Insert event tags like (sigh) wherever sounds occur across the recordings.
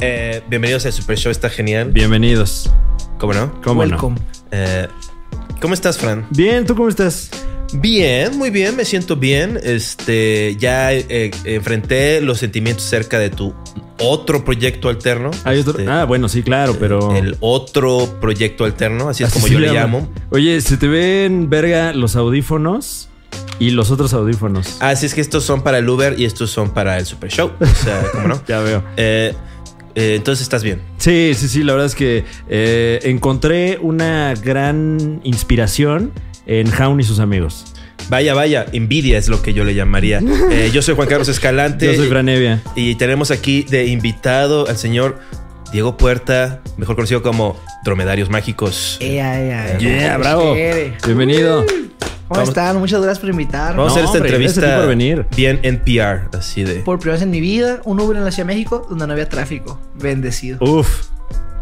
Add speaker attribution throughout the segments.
Speaker 1: Eh, bienvenidos al Super Show, está genial.
Speaker 2: Bienvenidos.
Speaker 1: ¿Cómo no?
Speaker 2: ¿Cómo
Speaker 3: Welcome.
Speaker 1: Eh, ¿Cómo estás, Fran?
Speaker 2: no? Bien, ¿tú cómo estás?
Speaker 1: Bien, muy bien, me siento bien. Este, ya eh, enfrenté los sentimientos cerca de tu otro proyecto alterno.
Speaker 2: Hay otro-
Speaker 1: Este,
Speaker 2: Ah, bueno, sí, claro, pero.
Speaker 1: El otro proyecto alterno, así es
Speaker 2: Así
Speaker 1: como
Speaker 2: se
Speaker 1: yo le
Speaker 2: llama.
Speaker 1: llamo.
Speaker 2: Oye, se te ven verga los audífonos y los otros audífonos.
Speaker 1: Así es que estos son para el Uber y estos son para el Super Show. O sea, ¿cómo
Speaker 2: (laughs)
Speaker 1: no?
Speaker 2: Ya veo.
Speaker 1: Eh, eh, entonces estás bien.
Speaker 2: Sí, sí, sí, la verdad es que eh, encontré una gran inspiración en Jaun y sus amigos.
Speaker 1: Vaya, vaya, envidia es lo que yo le
Speaker 2: (laughs)
Speaker 1: llamaría. Eh, yo soy Juan Carlos Escalante.
Speaker 2: Yo soy Fran Evia.
Speaker 1: Y tenemos aquí de invitado al señor Diego Puerta, mejor conocido como Dromedarios Mágicos.
Speaker 3: Ea, ea, ea.
Speaker 2: Yeah, bravo.
Speaker 3: Chévere.
Speaker 2: Bienvenido.
Speaker 3: ¿Cómo están? Muchas gracias por invitarme.
Speaker 1: Vamos a hacer
Speaker 2: No,
Speaker 1: esta
Speaker 2: hombre, gracias a ti
Speaker 1: entrevista
Speaker 2: por venir.
Speaker 1: bien NPR, así de.
Speaker 3: Por primera vez en mi vida, un Uber en la Ciudad de México donde no había tráfico. Bendecido.
Speaker 2: Uf.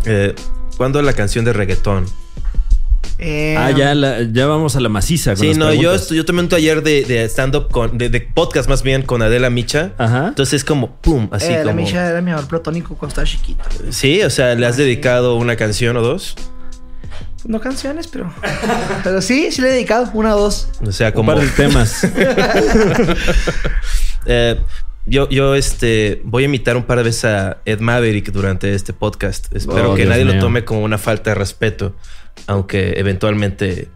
Speaker 1: Eh, ¿Cuándo la canción de reggaetón?
Speaker 3: Eh,
Speaker 2: Ah, ya, la- ya vamos a la maciza. Con
Speaker 1: Sí,
Speaker 2: las
Speaker 1: no, yo,
Speaker 2: preguntas.
Speaker 1: estu- yo tomé un taller de, de stand-up, con- de, de podcast más bien con Adela Micha.
Speaker 2: Ajá.
Speaker 1: Entonces es como, pum, así
Speaker 3: eh, La
Speaker 1: como.
Speaker 3: Micha Ah, era mi amor platónico cuando estaba chiquito.
Speaker 1: Sí, o sea, le has dedicado una canción o dos.
Speaker 3: No canciones,
Speaker 2: (laughs)
Speaker 3: pero. pero sí, sí le he dedicado una o dos.
Speaker 1: O sea,
Speaker 2: Un
Speaker 1: como.
Speaker 2: par de
Speaker 1: (laughs)
Speaker 2: temas.
Speaker 1: Eh, yo, yo este, voy a imitar un par de veces a Ed Maverick durante este podcast. Espero
Speaker 2: Oh,
Speaker 1: que
Speaker 2: Dios
Speaker 1: nadie lo
Speaker 2: mío.
Speaker 1: tome como una falta de respeto, aunque eventualmente...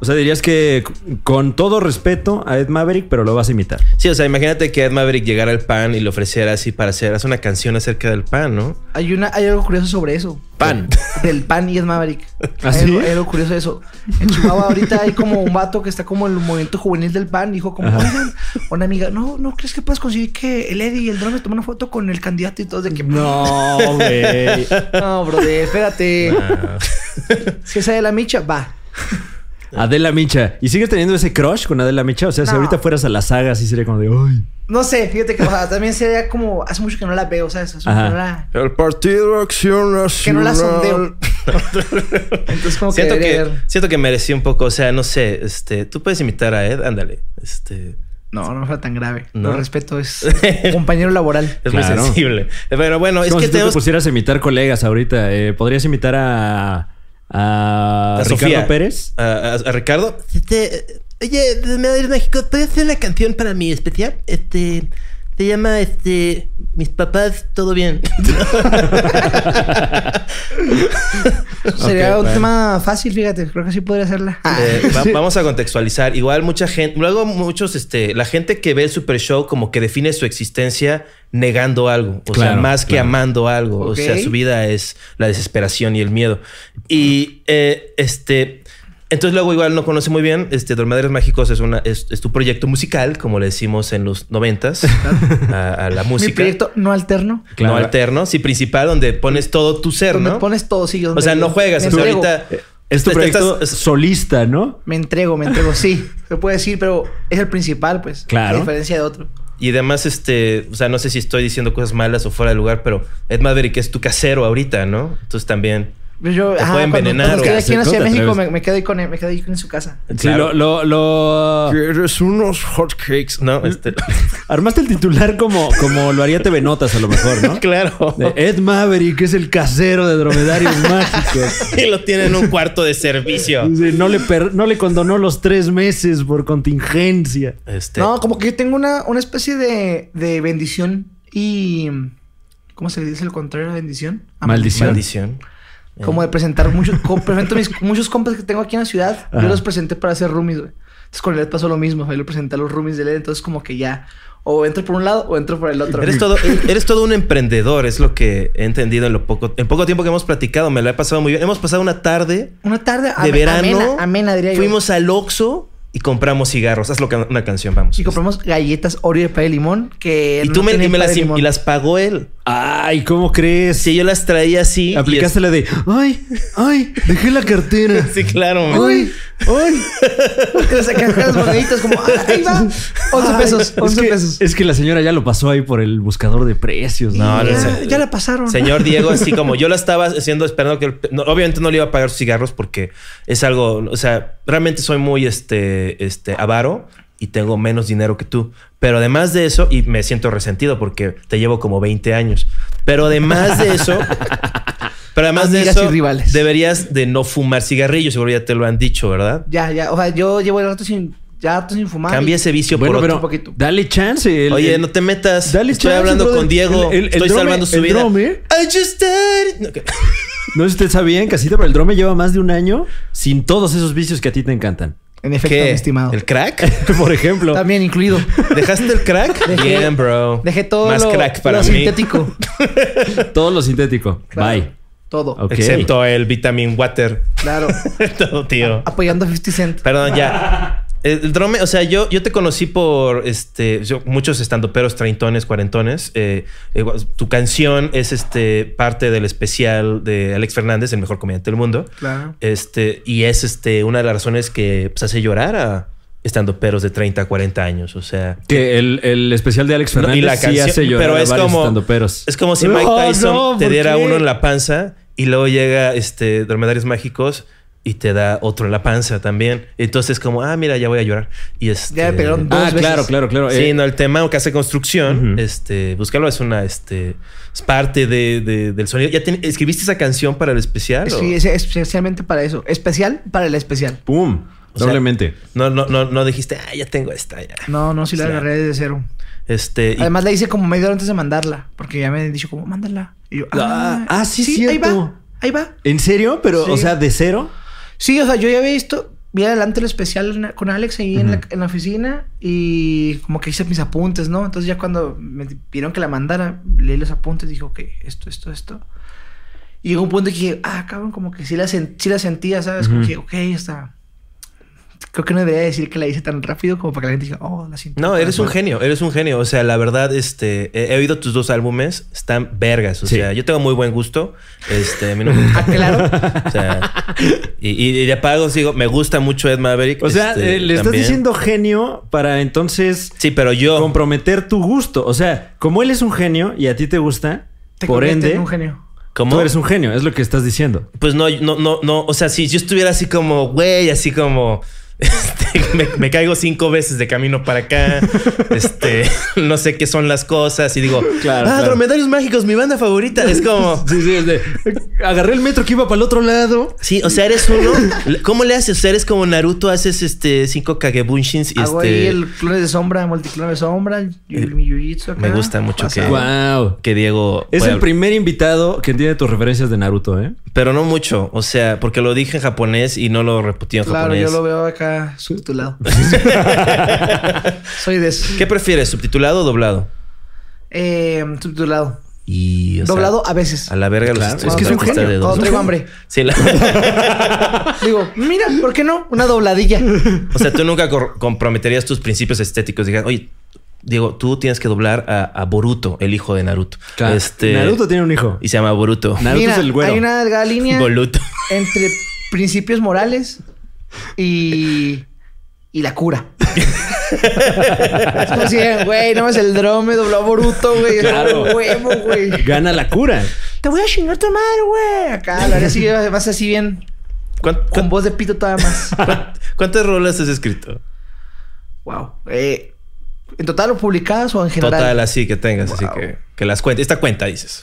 Speaker 2: O sea, dirías que c- con todo respeto a Ed Maverick, pero lo vas a imitar.
Speaker 1: Sí, o sea, imagínate que Ed Maverick llegara al pan y le ofreciera así para hacer haz una canción acerca del pan, ¿no?
Speaker 3: Hay, una, hay algo curioso sobre eso.
Speaker 1: Pan.
Speaker 3: Del pan y es Maverick.
Speaker 2: (laughs) ¿Ah,
Speaker 3: Hay
Speaker 2: sí?
Speaker 3: algo- hay algo curioso de eso. En Chihuahua ahorita hay como un vato que está como en el movimiento juvenil del pan. Dijo como, "Oigan", una amiga, no, no, ¿crees que puedes conseguir que el Eddie y el drone tomen una foto con el candidato y todos de que...
Speaker 2: No, güey.
Speaker 3: No,
Speaker 1: (laughs)
Speaker 3: brother, espérate.
Speaker 1: Ah.
Speaker 3: Es que esa de la micha, va.
Speaker 2: (laughs) Adela Micha. ¿Y sigues teniendo ese crush con Adela Micha? O sea, si
Speaker 3: No.
Speaker 2: ahorita fueras a la saga, sí sería como de, ¡ay!
Speaker 3: No sé, fíjate que o sea, también sería como... Hace mucho que no la veo, ¿sabes? Hace mucho
Speaker 2: Ajá.
Speaker 3: que no la...
Speaker 1: El Partido Acción Nacional.
Speaker 3: Que no la sondeo. Entonces como que,
Speaker 1: Siento que,
Speaker 3: debería ver.
Speaker 1: siento que merecí un poco, o sea, no sé, este, tú puedes imitar a Ed, ándale, este,
Speaker 3: No, no fue tan grave.
Speaker 1: No.
Speaker 3: Lo respeto, es (laughs) compañero laboral.
Speaker 1: es muy
Speaker 2: Claro.
Speaker 1: sensible. Pero bueno, es
Speaker 2: como
Speaker 1: que
Speaker 2: si tú
Speaker 1: tenemos
Speaker 2: te pusieras a imitar colegas ahorita. Eh, ¿Podrías imitar a, a,
Speaker 1: a
Speaker 2: Ricardo
Speaker 1: Sofía.
Speaker 2: Pérez?
Speaker 1: A, a- a Ricardo. Este, oye, de Madrid México, ¿puedes hacer la canción para mí especial? Este. Se llama este. Mis papás, todo bien.
Speaker 3: Sería
Speaker 2: Ok,
Speaker 3: un
Speaker 2: bueno.
Speaker 3: tema fácil, fíjate. Creo que sí podría hacerla.
Speaker 1: Eh,
Speaker 3: (laughs)
Speaker 1: va- vamos a contextualizar. Igual mucha gente. Luego muchos, este. La gente que ve el super show como que define su existencia negando algo. O sea,
Speaker 2: Claro,
Speaker 1: más que
Speaker 2: claro.
Speaker 1: amando algo.
Speaker 3: Ok.
Speaker 1: O sea, su vida es la desesperación y el miedo. Y eh, este. Entonces luego igual no conoce muy bien, este Dormaderos Mágicos es una es, es tu proyecto musical, como le decimos en los noventas, a, a la
Speaker 3: Mi
Speaker 1: música.
Speaker 3: proyecto no alterno.
Speaker 2: Claro.
Speaker 1: No alterno, sí principal, donde pones todo tu ser,
Speaker 3: Donde
Speaker 1: ¿no?
Speaker 3: pones todo, sí. donde
Speaker 1: o sea,
Speaker 3: yo
Speaker 1: no juegas,
Speaker 3: me
Speaker 1: o sea,
Speaker 3: entrego.
Speaker 1: ahorita
Speaker 2: Eh, Es tu
Speaker 1: Estás-
Speaker 2: proyecto
Speaker 1: estás-
Speaker 2: solista, ¿no?
Speaker 3: Me entrego, me entrego, sí. Se puede decir, pero es el principal, pues.
Speaker 2: Claro.
Speaker 3: A diferencia de otro.
Speaker 1: y además este, o sea, no sé si estoy diciendo cosas malas o fuera de lugar, pero Ed Maverick es tu casero ahorita, ¿no? Entonces también
Speaker 3: Pero Pues Yo,
Speaker 1: Te puede envenenar
Speaker 3: cuando,
Speaker 1: o-
Speaker 3: cuando estoy aquí en la
Speaker 2: ¿Cómo
Speaker 3: Ciudad
Speaker 2: te
Speaker 3: de México, me,
Speaker 2: atreves?
Speaker 3: me quedo ahí con él, me quedo ahí con él en su casa.
Speaker 2: Sí,
Speaker 1: Claro.
Speaker 2: lo, lo, lo-
Speaker 1: Quieres unos hotcakes, no,
Speaker 3: (laughs)
Speaker 1: este
Speaker 2: Armaste el titular como, como lo haría TV Notas, a lo mejor,
Speaker 3: Ah.
Speaker 1: (laughs)
Speaker 2: ¿no?
Speaker 1: claro.
Speaker 2: De
Speaker 3: eh,
Speaker 2: Ed Maverick es el casero
Speaker 1: (laughs)
Speaker 2: de dromedarios mágicos.
Speaker 1: Y lo tiene en un cuarto de servicio.
Speaker 2: Dice, No le, per- no le condonó los tres meses por contingencia.
Speaker 1: Este,
Speaker 3: No, como que yo tengo una, una especie de, de bendición y. ¿Cómo se le dice el contrario a bendición? A
Speaker 2: Maldición.
Speaker 1: maldición. Eh,
Speaker 3: Como de presentar muchos. co- presento mis muchos compas que tengo aquí en la ciudad.
Speaker 2: Ajá.
Speaker 3: Yo los presenté para hacer roomies, güey. Entonces con él pasó lo mismo. Yo lo presenté a los roomies de él. Entonces, como que ya. O entro por un lado o entro por el otro.
Speaker 1: Eres todo, eh, eres todo un emprendedor, es lo que he entendido en lo poco, en poco tiempo que hemos platicado. Me la he pasado muy bien. Hemos pasado una tarde
Speaker 3: Una tarde
Speaker 1: de
Speaker 3: ame-
Speaker 1: verano.
Speaker 3: Amena, amena, diría yo.
Speaker 1: Fuimos al Oxxo y compramos cigarros. Haz lo que una canción, vamos.
Speaker 3: Y compramos galletas Oreo de pay de limón que
Speaker 1: Y
Speaker 3: no
Speaker 1: tú me,
Speaker 3: tienen
Speaker 1: y me
Speaker 3: pay de
Speaker 1: las,
Speaker 3: limón.
Speaker 1: y las pagó él.
Speaker 2: Ay, ¿cómo crees?
Speaker 1: Sí, yo las traía así. y
Speaker 2: Aplicaste la de ay, ay, dejé la cartera.
Speaker 1: es- (laughs) Sí, claro. man.
Speaker 2: Ay, ay.
Speaker 3: Que le sacan las moneditas como "Ah, ahí va 11 pesos,
Speaker 2: Es
Speaker 3: 11
Speaker 2: que,
Speaker 3: pesos.
Speaker 2: es que la señora ya lo pasó ahí por el buscador de precios.
Speaker 1: No, no
Speaker 3: ya,
Speaker 1: sé.
Speaker 3: ya la pasaron.
Speaker 1: Señor Diego, así como yo la estaba haciendo esperando que... el- no, obviamente no le iba a pagar sus cigarros porque es algo... O sea, realmente soy muy este, este, avaro. y tengo menos dinero que tú. Pero además de eso, y me siento resentido porque te llevo como 20 años. Pero además de
Speaker 2: (laughs)
Speaker 1: eso, pero además de
Speaker 3: Amigas y
Speaker 1: eso,
Speaker 3: rivales.
Speaker 1: deberías de no fumar cigarrillos. Seguro ya te lo han dicho, ¿verdad?
Speaker 3: Ya, ya. O sea, yo llevo el rato sin, ya rato sin fumar.
Speaker 1: Cambia
Speaker 3: y-
Speaker 1: ese vicio
Speaker 2: Bueno,
Speaker 1: por
Speaker 2: pero
Speaker 1: otro.
Speaker 3: poquito.
Speaker 2: dale chance. el-
Speaker 1: Oye,
Speaker 2: el-
Speaker 1: no te metas.
Speaker 2: Dale
Speaker 1: Estoy
Speaker 2: chance,
Speaker 1: hablando
Speaker 2: brother.
Speaker 1: con Diego.
Speaker 2: El- el- el
Speaker 1: Estoy
Speaker 2: drome-
Speaker 1: salvando su
Speaker 2: el
Speaker 1: vida.
Speaker 3: eh.
Speaker 2: drome.
Speaker 1: I just died. Ok.
Speaker 2: No sé si usted sabía en casita, pero el drome lleva más de un año sin todos esos vicios que a ti te encantan. (laughs)
Speaker 3: En efecto,
Speaker 1: ¿Qué?
Speaker 3: mi estimado.
Speaker 1: ¿El crack? (laughs)
Speaker 2: Por ejemplo.
Speaker 3: También incluido.
Speaker 1: ¿Dejaste el crack?
Speaker 3: Dejé-
Speaker 1: Bien, bro.
Speaker 3: Dejé todo
Speaker 1: Más
Speaker 3: lo,
Speaker 1: crack para
Speaker 3: lo
Speaker 1: mí. (laughs)
Speaker 3: sintético.
Speaker 2: Todo lo sintético.
Speaker 3: Claro.
Speaker 2: Bye.
Speaker 3: Todo.
Speaker 2: (laughs) Ok.
Speaker 1: Excepto el vitamin water. (laughs)
Speaker 3: Claro.
Speaker 1: Todo, tío.
Speaker 3: Apoyando a 50 Cent.
Speaker 1: Perdón, ya. El, el drome, o sea, yo, yo te conocí por este, yo- muchos estandoperos, treintones, cuarentones. Eh, eh, tu canción es este, parte del especial de Alex Fernández, el mejor comediante del mundo.
Speaker 3: Claro.
Speaker 1: Este, y es este, una de las razones que pues, hace llorar a estandoperos de 30, 40 años. O sea,
Speaker 2: Que el, el especial de Alex
Speaker 1: No, y
Speaker 2: Fernández
Speaker 1: la
Speaker 2: sí
Speaker 1: canción-
Speaker 2: hace llorar
Speaker 1: pero
Speaker 2: a
Speaker 1: es
Speaker 2: varios
Speaker 1: como-
Speaker 2: estandoperos.
Speaker 1: Es como si
Speaker 2: No,
Speaker 1: Mike Tyson
Speaker 2: no,
Speaker 1: te
Speaker 2: ¿por
Speaker 1: diera
Speaker 2: qué?
Speaker 1: uno en la panza y luego llega este Dromedarios Mágicos y te da otro en la panza también. Entonces, como, ah, mira, ya voy a llorar. Y este,
Speaker 3: Ya me pegaron dos
Speaker 2: Ah,
Speaker 3: veces.
Speaker 2: claro, claro, claro.
Speaker 1: Sí,
Speaker 2: Eh,
Speaker 1: no, el tema que hace construcción,
Speaker 2: Ujú.
Speaker 1: este, búscalo, es una, este, es parte de, de- del sonido. ¿Ya ten- escribiste esa canción para el especial? o-
Speaker 3: Sí, es especialmente para eso. Especial para el especial.
Speaker 2: ¡Pum!
Speaker 1: O sea-
Speaker 2: Doblemente.
Speaker 1: No, no, no, no dijiste, ah, ya tengo esta, ya.
Speaker 3: No, no, sí la
Speaker 1: Claro.
Speaker 3: agarré de cero.
Speaker 1: Este, y-
Speaker 3: Además la hice como media hora antes de mandarla, porque ya me han dicho como, mándala. Y yo,
Speaker 2: Ah, ah, sí,
Speaker 3: ahí
Speaker 2: cierto.
Speaker 3: va, ahí va.
Speaker 2: ¿En serio? Pero,
Speaker 3: Sí.
Speaker 2: o sea, de cero.
Speaker 3: Sí, o sea, yo ya había visto, vi adelante el especial en- con Alex ahí en, la, en la oficina y como que hice mis apuntes, ¿no? Entonces ya cuando me pidieron que la mandara, leí los apuntes, dije, ok, esto, esto, esto. Y llegó un punto que dije, ah, cabrón, como que sí la, sen- sí la sentía, ¿sabes? Como
Speaker 2: Ujú.
Speaker 3: que, ok, está. Creo que no debería decir que la hice tan rápido como para que la gente diga, oh, la siento.
Speaker 2: Ah,
Speaker 1: No, eres un genio, eres un genio. O sea, la verdad, este, he, he oído tus dos álbumes, están vergas. O
Speaker 2: Sí. Ah,
Speaker 1: sea, yo tengo muy buen gusto. Este, a mí no
Speaker 2: (laughs)
Speaker 1: me gusta.
Speaker 3: Claro.
Speaker 1: O sea, y, y de apagos digo, me gusta mucho Ed Maverick.
Speaker 2: O sea,
Speaker 1: este,
Speaker 2: eh, le estás
Speaker 1: también.
Speaker 2: diciendo genio para entonces
Speaker 1: Sí, pero yo.
Speaker 2: comprometer tu gusto. O sea, como él es un genio y a ti te gusta,
Speaker 3: Te
Speaker 2: por
Speaker 3: conviertes
Speaker 2: ende,
Speaker 3: en un genio.
Speaker 1: ¿Cómo?
Speaker 2: tú eres un genio. Es lo que estás diciendo.
Speaker 1: Pues no, no, no, no. O sea, si yo estuviera así como, güey, así como. (laughs) este, me, me caigo cinco veces de camino para acá. Este, (laughs) no sé qué son las cosas. Y digo,
Speaker 2: Claro,
Speaker 1: ah,
Speaker 2: claro.
Speaker 1: Dromedarios Mágicos, mi banda favorita. Es como.
Speaker 2: Sí, sí, es de, agarré el metro que iba para el otro lado.
Speaker 1: Sí, o sea, eres
Speaker 3: (laughs)
Speaker 1: uno. ¿Cómo le haces? O sea, eres como Naruto, haces este cinco kagebunshins y
Speaker 3: Hago ahí
Speaker 1: este.
Speaker 3: Ah, el clones de sombra, multiclones de sombra, y
Speaker 1: El-
Speaker 3: mi jiu-jitsu acá.
Speaker 1: me gusta mucho
Speaker 3: Pasado.
Speaker 1: que-
Speaker 2: Wow.
Speaker 1: Que Diego.
Speaker 2: Es
Speaker 1: puede
Speaker 2: el
Speaker 1: hablar.
Speaker 2: primer invitado que entiende tus referencias de Naruto, ¿eh?
Speaker 1: Pero no mucho. O sea, porque lo dije en japonés y no lo repetí en
Speaker 3: Claro,
Speaker 1: japonés.
Speaker 3: yo lo veo acá subtitulado. (laughs) Soy de eso.
Speaker 1: ¿Qué prefieres, subtitulado o doblado?
Speaker 3: Eh, subtitulado.
Speaker 1: Y. o sea,
Speaker 3: Doblado a veces.
Speaker 1: a la verga los
Speaker 2: Claro.
Speaker 1: estoy-
Speaker 2: Es que es
Speaker 1: está
Speaker 2: un
Speaker 1: de
Speaker 3: genio.
Speaker 1: dos.
Speaker 3: Cuando traigo hambre.
Speaker 1: (laughs) Sí, la-
Speaker 3: Digo, mira, ¿por qué no? Una dobladilla.
Speaker 1: o sea, tú nunca cor- comprometerías tus principios estéticos. Digas, oye, Diego, tú tienes que doblar a, a Boruto, el hijo de Naruto. Este,
Speaker 2: Naruto tiene un hijo.
Speaker 1: Y se llama Boruto.
Speaker 2: Naruto
Speaker 3: mira,
Speaker 2: es el güero.
Speaker 3: hay una
Speaker 1: (laughs)
Speaker 3: delgada línea
Speaker 1: Boluto.
Speaker 3: entre principios morales y, y la cura. es como si dijeran, güey, no es el drone, me dobló a Boruto, güey.
Speaker 2: Claro.
Speaker 3: Claro. Huevo, güey.
Speaker 2: Gana la cura.
Speaker 3: Te voy a chingar tu madre, güey. Acá, la verdad, sí, vas así bien.
Speaker 1: ¿Cuán- cuán-
Speaker 3: Con voz de pito todavía más.
Speaker 1: ¿Cuántas rolas has escrito?
Speaker 3: wow. Eh, ¿En total o publicadas o en general?
Speaker 1: Total, así que tengas, así
Speaker 3: Wow.
Speaker 1: que, que las cuentes. Esta cuenta, dices.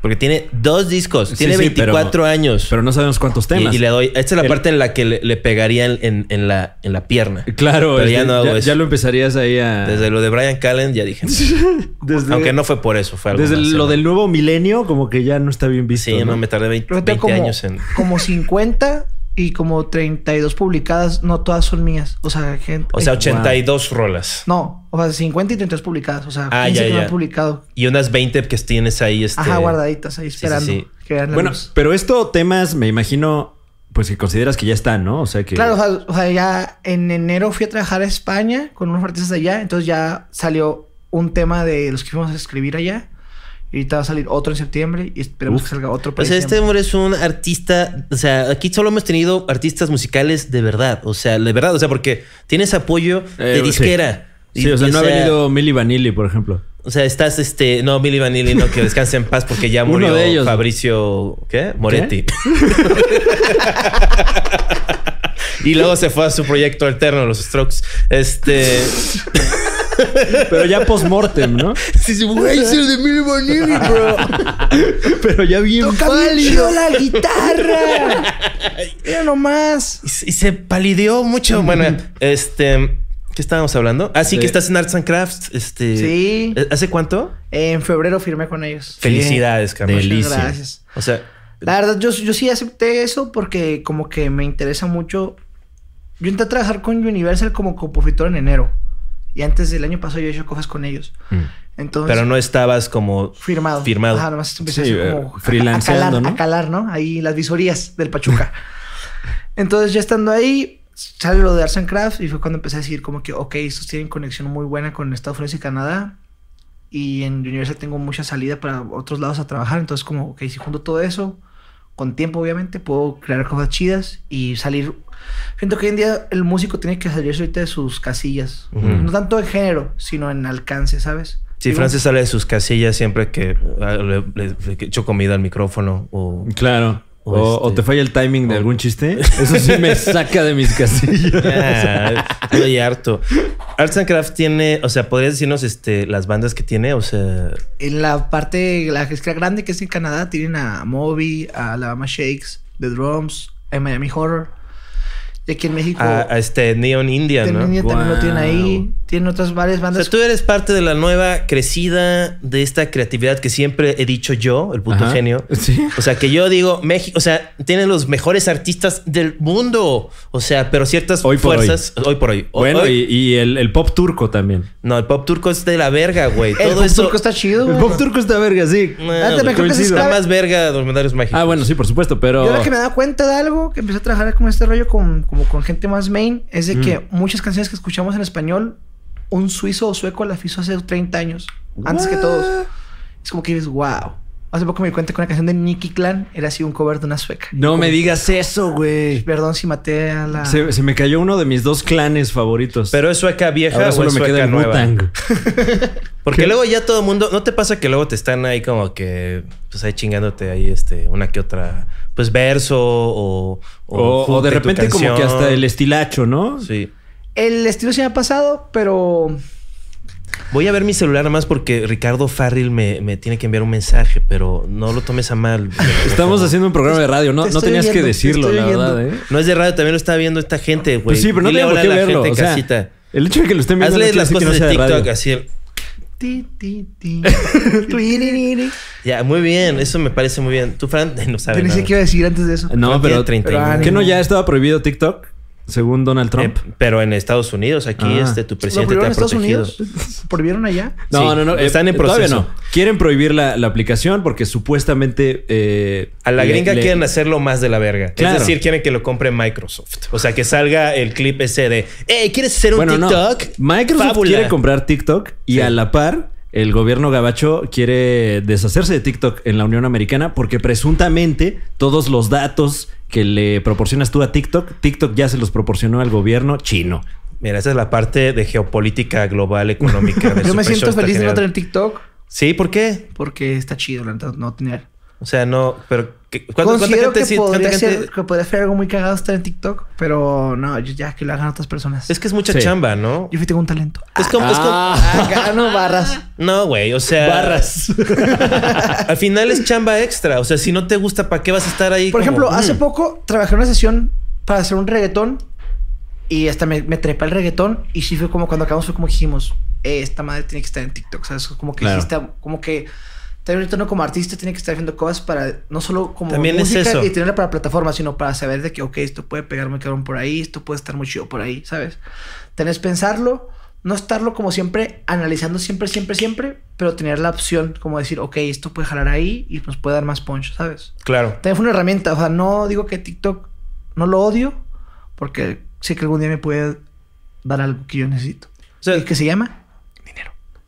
Speaker 1: Porque tiene dos discos,
Speaker 2: Sí,
Speaker 1: tiene
Speaker 2: sí, pero-
Speaker 1: 24 años.
Speaker 2: Pero no sabemos cuántos
Speaker 1: y,
Speaker 2: temas.
Speaker 1: y le doy. Esta es la
Speaker 2: El-
Speaker 1: parte en la que le, le pegaría en, en- en la, en la pierna.
Speaker 2: Claro,
Speaker 1: Pero
Speaker 2: este,
Speaker 1: ya no hago eso.
Speaker 2: lo empezarías ahí a.
Speaker 1: Desde lo de Brian Callen ya dije.
Speaker 2: Ah.
Speaker 1: (laughs)
Speaker 2: desde-
Speaker 1: Aunque no fue por eso, fue algo
Speaker 2: Desde
Speaker 1: más,
Speaker 2: lo
Speaker 1: ¿no?
Speaker 2: del nuevo milenio, como que ya no está bien visto.
Speaker 1: Sí,
Speaker 2: ¿no?
Speaker 1: no, me tardé 20,
Speaker 3: Creo que tengo
Speaker 1: 20
Speaker 3: como,
Speaker 1: años en.
Speaker 3: como 50 y como 32 publicadas. No todas son mías. O sea, gente.
Speaker 1: O sea,
Speaker 3: eh,
Speaker 1: 82 rolas.
Speaker 3: No, o sea, 50 y 32 publicadas. O sea,
Speaker 1: Ah,
Speaker 3: 15
Speaker 1: ya,
Speaker 3: que no
Speaker 1: ya.
Speaker 3: han publicado.
Speaker 1: Y unas 20 que tienes ahí. Este,
Speaker 3: Ajá, guardaditas ahí esperando
Speaker 1: sí.
Speaker 3: que vean la
Speaker 2: Bueno,
Speaker 3: luz.
Speaker 2: pero esto temas, me imagino, pues que consideras que ya están, ¿no? O sea que.
Speaker 3: Claro, o sea, o sea, ya en enero fui a trabajar a España con unos artistas de allá, entonces ya salió un tema de los que fuimos a escribir allá. Y ahorita va a salir otro en septiembre y esperemos
Speaker 2: Uf.
Speaker 3: que salga otro
Speaker 1: O
Speaker 3: para
Speaker 1: sea, este
Speaker 3: diciembre.
Speaker 1: hombre es un artista. O sea, aquí solo hemos tenido artistas musicales de verdad. O sea, de verdad. O sea, porque tienes apoyo
Speaker 2: Eh,
Speaker 1: de
Speaker 2: sí.
Speaker 1: disquera. pues,
Speaker 2: Sí, o sea, no ha venido Milli Vanilli, por ejemplo.
Speaker 1: O sea, estás este. No, Billy Vanilli, no, que descanse en paz porque ya
Speaker 2: Uno
Speaker 1: murió
Speaker 2: de ellos.
Speaker 1: Fabricio. ¿Qué? Moretti. (laughs) Y luego se fue a su proyecto alterno, los Strokes.
Speaker 2: (laughs)
Speaker 1: Este.
Speaker 2: Pero ya
Speaker 1: (laughs)
Speaker 2: post-mortem, ¿no?
Speaker 1: Sí, sí, güey, soy de Milli Vanilli, bro.
Speaker 2: Pero ya bien
Speaker 3: ¡Toca bien chido la guitarra! (laughs) Mira nomás.
Speaker 1: Y, se- y se palideó mucho. Bueno, este. ¿Qué estábamos hablando? Ah, sí,
Speaker 2: Sí.
Speaker 1: que estás en Arts and Crafts. Este.
Speaker 3: Sí.
Speaker 1: ¿Eh, ¿Hace cuánto?
Speaker 3: En febrero firmé con ellos.
Speaker 1: Felicidades, carnal.
Speaker 2: Del- delicia.
Speaker 3: Muchas gracias.
Speaker 1: O sea,
Speaker 3: La verdad, yo, yo sí acepté eso porque como que me interesa mucho. Yo entré a trabajar con Universal como compositor en enero. Y antes del año pasado yo he hecho cosas con ellos.
Speaker 2: Mm,
Speaker 3: Entonces,
Speaker 1: pero no estabas como.
Speaker 3: firmado.
Speaker 1: Firmado.
Speaker 3: Ajá, nomás empecé
Speaker 2: Sí,
Speaker 3: así
Speaker 2: eh,
Speaker 3: como a-
Speaker 2: freelanceando,
Speaker 3: a calar,
Speaker 2: ¿no?
Speaker 3: a calar, ¿no? Ahí las visorías del Pachuca. Entonces, ya estando ahí, sale lo de Arts and Crafts y fue cuando empecé a decir como que, ok, estos tienen conexión muy buena con Estados Unidos y Canadá. Y en Universal tengo mucha salida para otros lados a trabajar. Entonces, como, ok, si junto todo eso, con tiempo, obviamente, puedo crear cosas chidas y salir. Siento que hoy en día el músico tiene que salirse ahorita de sus casillas.
Speaker 1: Ujú.
Speaker 3: No tanto en género, sino en alcance, ¿sabes?
Speaker 1: Sí,
Speaker 3: Digo,
Speaker 1: Francis sale de sus casillas siempre que ah, le, le- le echo comida al micrófono
Speaker 3: (laughs)
Speaker 1: o
Speaker 2: Claro. O,
Speaker 1: O este-
Speaker 2: o te falla el timing de
Speaker 1: (laughs)
Speaker 2: algún chiste. Eso sí me saca de mis casillas.
Speaker 1: Ah, Estoy harto. Arts and Crafts tiene, o sea, podrías decirnos este, las bandas que tiene, o sea,
Speaker 3: En la parte, la que es grande que es en Canadá, tienen a Moby, a Alabama Shakes, The Drums, a Miami Horror. Y aquí en México,
Speaker 1: a, a este Neon India, ¿no?
Speaker 3: también,
Speaker 1: O
Speaker 3: también lo tienen ahí. Tienen otras varias
Speaker 1: sea,
Speaker 3: bandas.
Speaker 1: tú eres parte de la nueva crecida de esta creatividad que siempre he dicho yo, el puto
Speaker 2: Ajá.
Speaker 3: (laughs)
Speaker 1: genio.
Speaker 2: Sí.
Speaker 1: O sea, que yo digo, México, o sea, tienen los mejores artistas del mundo. O sea, pero ciertas
Speaker 2: Hoy por
Speaker 1: fuerzas. Hoy. por hoy. O-
Speaker 2: Bueno,
Speaker 1: hoy-
Speaker 2: y, y el, el pop turco también.
Speaker 1: No, el pop turco es de la verga, güey.
Speaker 3: el
Speaker 1: Todo
Speaker 3: pop
Speaker 1: eso.
Speaker 3: turco está chido.
Speaker 2: El
Speaker 3: güey.
Speaker 2: pop turco está verga, sí.
Speaker 1: No,
Speaker 3: Ah, te-
Speaker 1: güey,
Speaker 3: creo que se
Speaker 1: está
Speaker 3: escapa-
Speaker 1: más verga Dormedarios Mágicos.
Speaker 2: Ah, bueno, sí, por supuesto, pero.
Speaker 3: Yo la que me he dado cuenta de algo, que empecé a trabajar con este rollo con, como con gente más main, es de
Speaker 1: Mm.
Speaker 3: que muchas canciones que escuchamos en español, un suizo o sueco las hizo hace 30 años, antes que todos. Es como que dices, wow. Hace poco me di cuenta que una canción de Nicky Clan era así un cover de una sueca.
Speaker 2: No me digas eso, güey.
Speaker 3: Perdón si maté a la...
Speaker 2: Se, se me cayó uno de mis dos clanes favoritos.
Speaker 1: Pero es sueca vieja
Speaker 2: Ahora
Speaker 1: o
Speaker 2: solo
Speaker 1: es
Speaker 2: me
Speaker 1: sueca
Speaker 2: queda el
Speaker 1: nueva.
Speaker 2: Wu-Tang.
Speaker 1: Porque luego ya todo el mundo, ¿no te pasa que luego te están ahí como que, pues ahí chingándote ahí, este, una que otra, pues verso o...
Speaker 2: O, o
Speaker 1: junta
Speaker 2: de
Speaker 1: y tu
Speaker 2: repente, como que
Speaker 1: canción?
Speaker 2: hasta el estilacho, ¿no?
Speaker 1: Sí.
Speaker 3: El estilo se me ha pasado, pero...
Speaker 1: Voy a ver mi celular nada más porque Ricardo Farril me, me tiene que enviar un mensaje, pero no lo tomes a mal.
Speaker 2: (laughs) Estamos haciendo un programa de radio. No,
Speaker 3: Te
Speaker 2: no
Speaker 3: estoy
Speaker 2: tenías que
Speaker 3: oyendo, te
Speaker 2: decirlo,
Speaker 3: estoy
Speaker 2: la
Speaker 3: oyendo.
Speaker 2: verdad, ¿eh?
Speaker 1: No es de radio, también lo está viendo esta gente, güey.
Speaker 2: Pues sí, pero no
Speaker 1: Dile
Speaker 2: tenía por
Speaker 1: hola
Speaker 2: qué
Speaker 1: a la
Speaker 2: verlo.
Speaker 1: gente en
Speaker 2: o sea,
Speaker 1: casita.
Speaker 2: el hecho de que lo estén viendo
Speaker 1: Hazle
Speaker 2: no quiere
Speaker 1: las
Speaker 2: decir que
Speaker 1: cosas
Speaker 2: no
Speaker 1: de
Speaker 2: sea radio.
Speaker 1: TikTok así.
Speaker 3: Ti, ti,
Speaker 1: (laughs)
Speaker 3: ti. Tuiriri.
Speaker 1: Ya, muy bien. Eso me parece muy bien. Tú, Fran, (laughs) no
Speaker 3: Yo
Speaker 1: sabes
Speaker 3: ni sé
Speaker 1: nada.
Speaker 3: qué iba a decir antes de eso.
Speaker 2: No,
Speaker 1: Fran tiene
Speaker 2: pero
Speaker 1: 39.
Speaker 2: ¿Qué no ya estaba prohibido TikTok? Según Donald Trump.
Speaker 1: Eh, pero en Estados Unidos, aquí
Speaker 2: Ah.
Speaker 1: este tu presidente
Speaker 3: ¿Lo
Speaker 1: te ha
Speaker 3: prohibieron en Estados
Speaker 1: protegido.
Speaker 3: Unidos? (laughs) ¿Prohibieron allá?
Speaker 2: no,
Speaker 1: sí,
Speaker 2: no, no. eh,
Speaker 1: están en
Speaker 2: todavía
Speaker 1: proceso.
Speaker 2: no. Quieren prohibir la, la aplicación porque supuestamente. eh,
Speaker 1: A la
Speaker 2: le-
Speaker 1: gringa
Speaker 2: le-
Speaker 1: quieren hacerlo más de la verga.
Speaker 2: Claro.
Speaker 1: Es decir, quieren que lo compre Microsoft. O sea, que salga el clip ese de, hey, ¿quieres hacer un
Speaker 2: Bueno, no.
Speaker 1: TikTok?
Speaker 2: Microsoft
Speaker 1: Fábula.
Speaker 2: quiere comprar TikTok y
Speaker 1: Sí.
Speaker 2: a la par. El gobierno gabacho quiere deshacerse de TikTok en la Unión Americana porque presuntamente todos los datos que le proporcionas tú a TikTok, TikTok ya se los proporcionó al gobierno chino.
Speaker 1: Mira, esa es la parte de geopolítica global
Speaker 3: (laughs)
Speaker 1: económica. del
Speaker 3: Yo me
Speaker 1: Super Show
Speaker 3: siento
Speaker 1: está
Speaker 3: feliz de no
Speaker 1: genial.
Speaker 3: tener TikTok
Speaker 1: Sí, ¿por qué?
Speaker 3: porque está chido, la neta, no tener.
Speaker 1: O sea, no, pero... ¿qué- ¿cuánta- cuánta
Speaker 3: Considero
Speaker 1: gente
Speaker 3: que
Speaker 1: sí-
Speaker 3: podría
Speaker 1: cuánta gente-
Speaker 3: ser que podría ser algo muy cagado estar en TikTok, pero no, yo ya que lo hagan otras personas.
Speaker 1: Es que es mucha
Speaker 2: Sí.
Speaker 1: chamba, ¿no?
Speaker 3: Yo sí tengo un talento.
Speaker 1: Es como... es como-
Speaker 3: Ah, gano barras.
Speaker 1: No, güey, o sea...
Speaker 2: (laughs)
Speaker 3: (laughs)
Speaker 2: Barras.
Speaker 1: Al final es chamba extra. O sea, si no te gusta, ¿para qué vas a estar ahí?
Speaker 3: Por
Speaker 1: como,
Speaker 3: ejemplo, hace
Speaker 1: mm?
Speaker 3: poco trabajé en una sesión para hacer un reggaetón y hasta me, me trepé el reggaetón y sí fue como cuando acabamos fue como dijimos, "Eh, esta madre tiene que estar en TikTok, ¿sabes? Como que
Speaker 2: Claro.
Speaker 3: sí está- como que también ahorita uno como artista tiene que estar haciendo cosas para no solo como
Speaker 1: También es
Speaker 3: música
Speaker 1: eso.
Speaker 3: y tenerla para plataformas, sino para saber de que, ok, esto puede pegar muy cabrón por ahí, esto puede estar muy chido por ahí, ¿sabes? Tenés pensarlo, no estarlo como siempre, analizando siempre, siempre, siempre, pero tener la opción como decir, ok, esto puede jalar ahí y nos puede dar más punch, ¿sabes?
Speaker 1: Claro.
Speaker 3: También fue una herramienta. O sea, no digo que TikTok no lo odio, porque sé que algún día me puede dar algo que yo necesito.
Speaker 1: O sea,
Speaker 3: ¿Y ¿Qué se llama?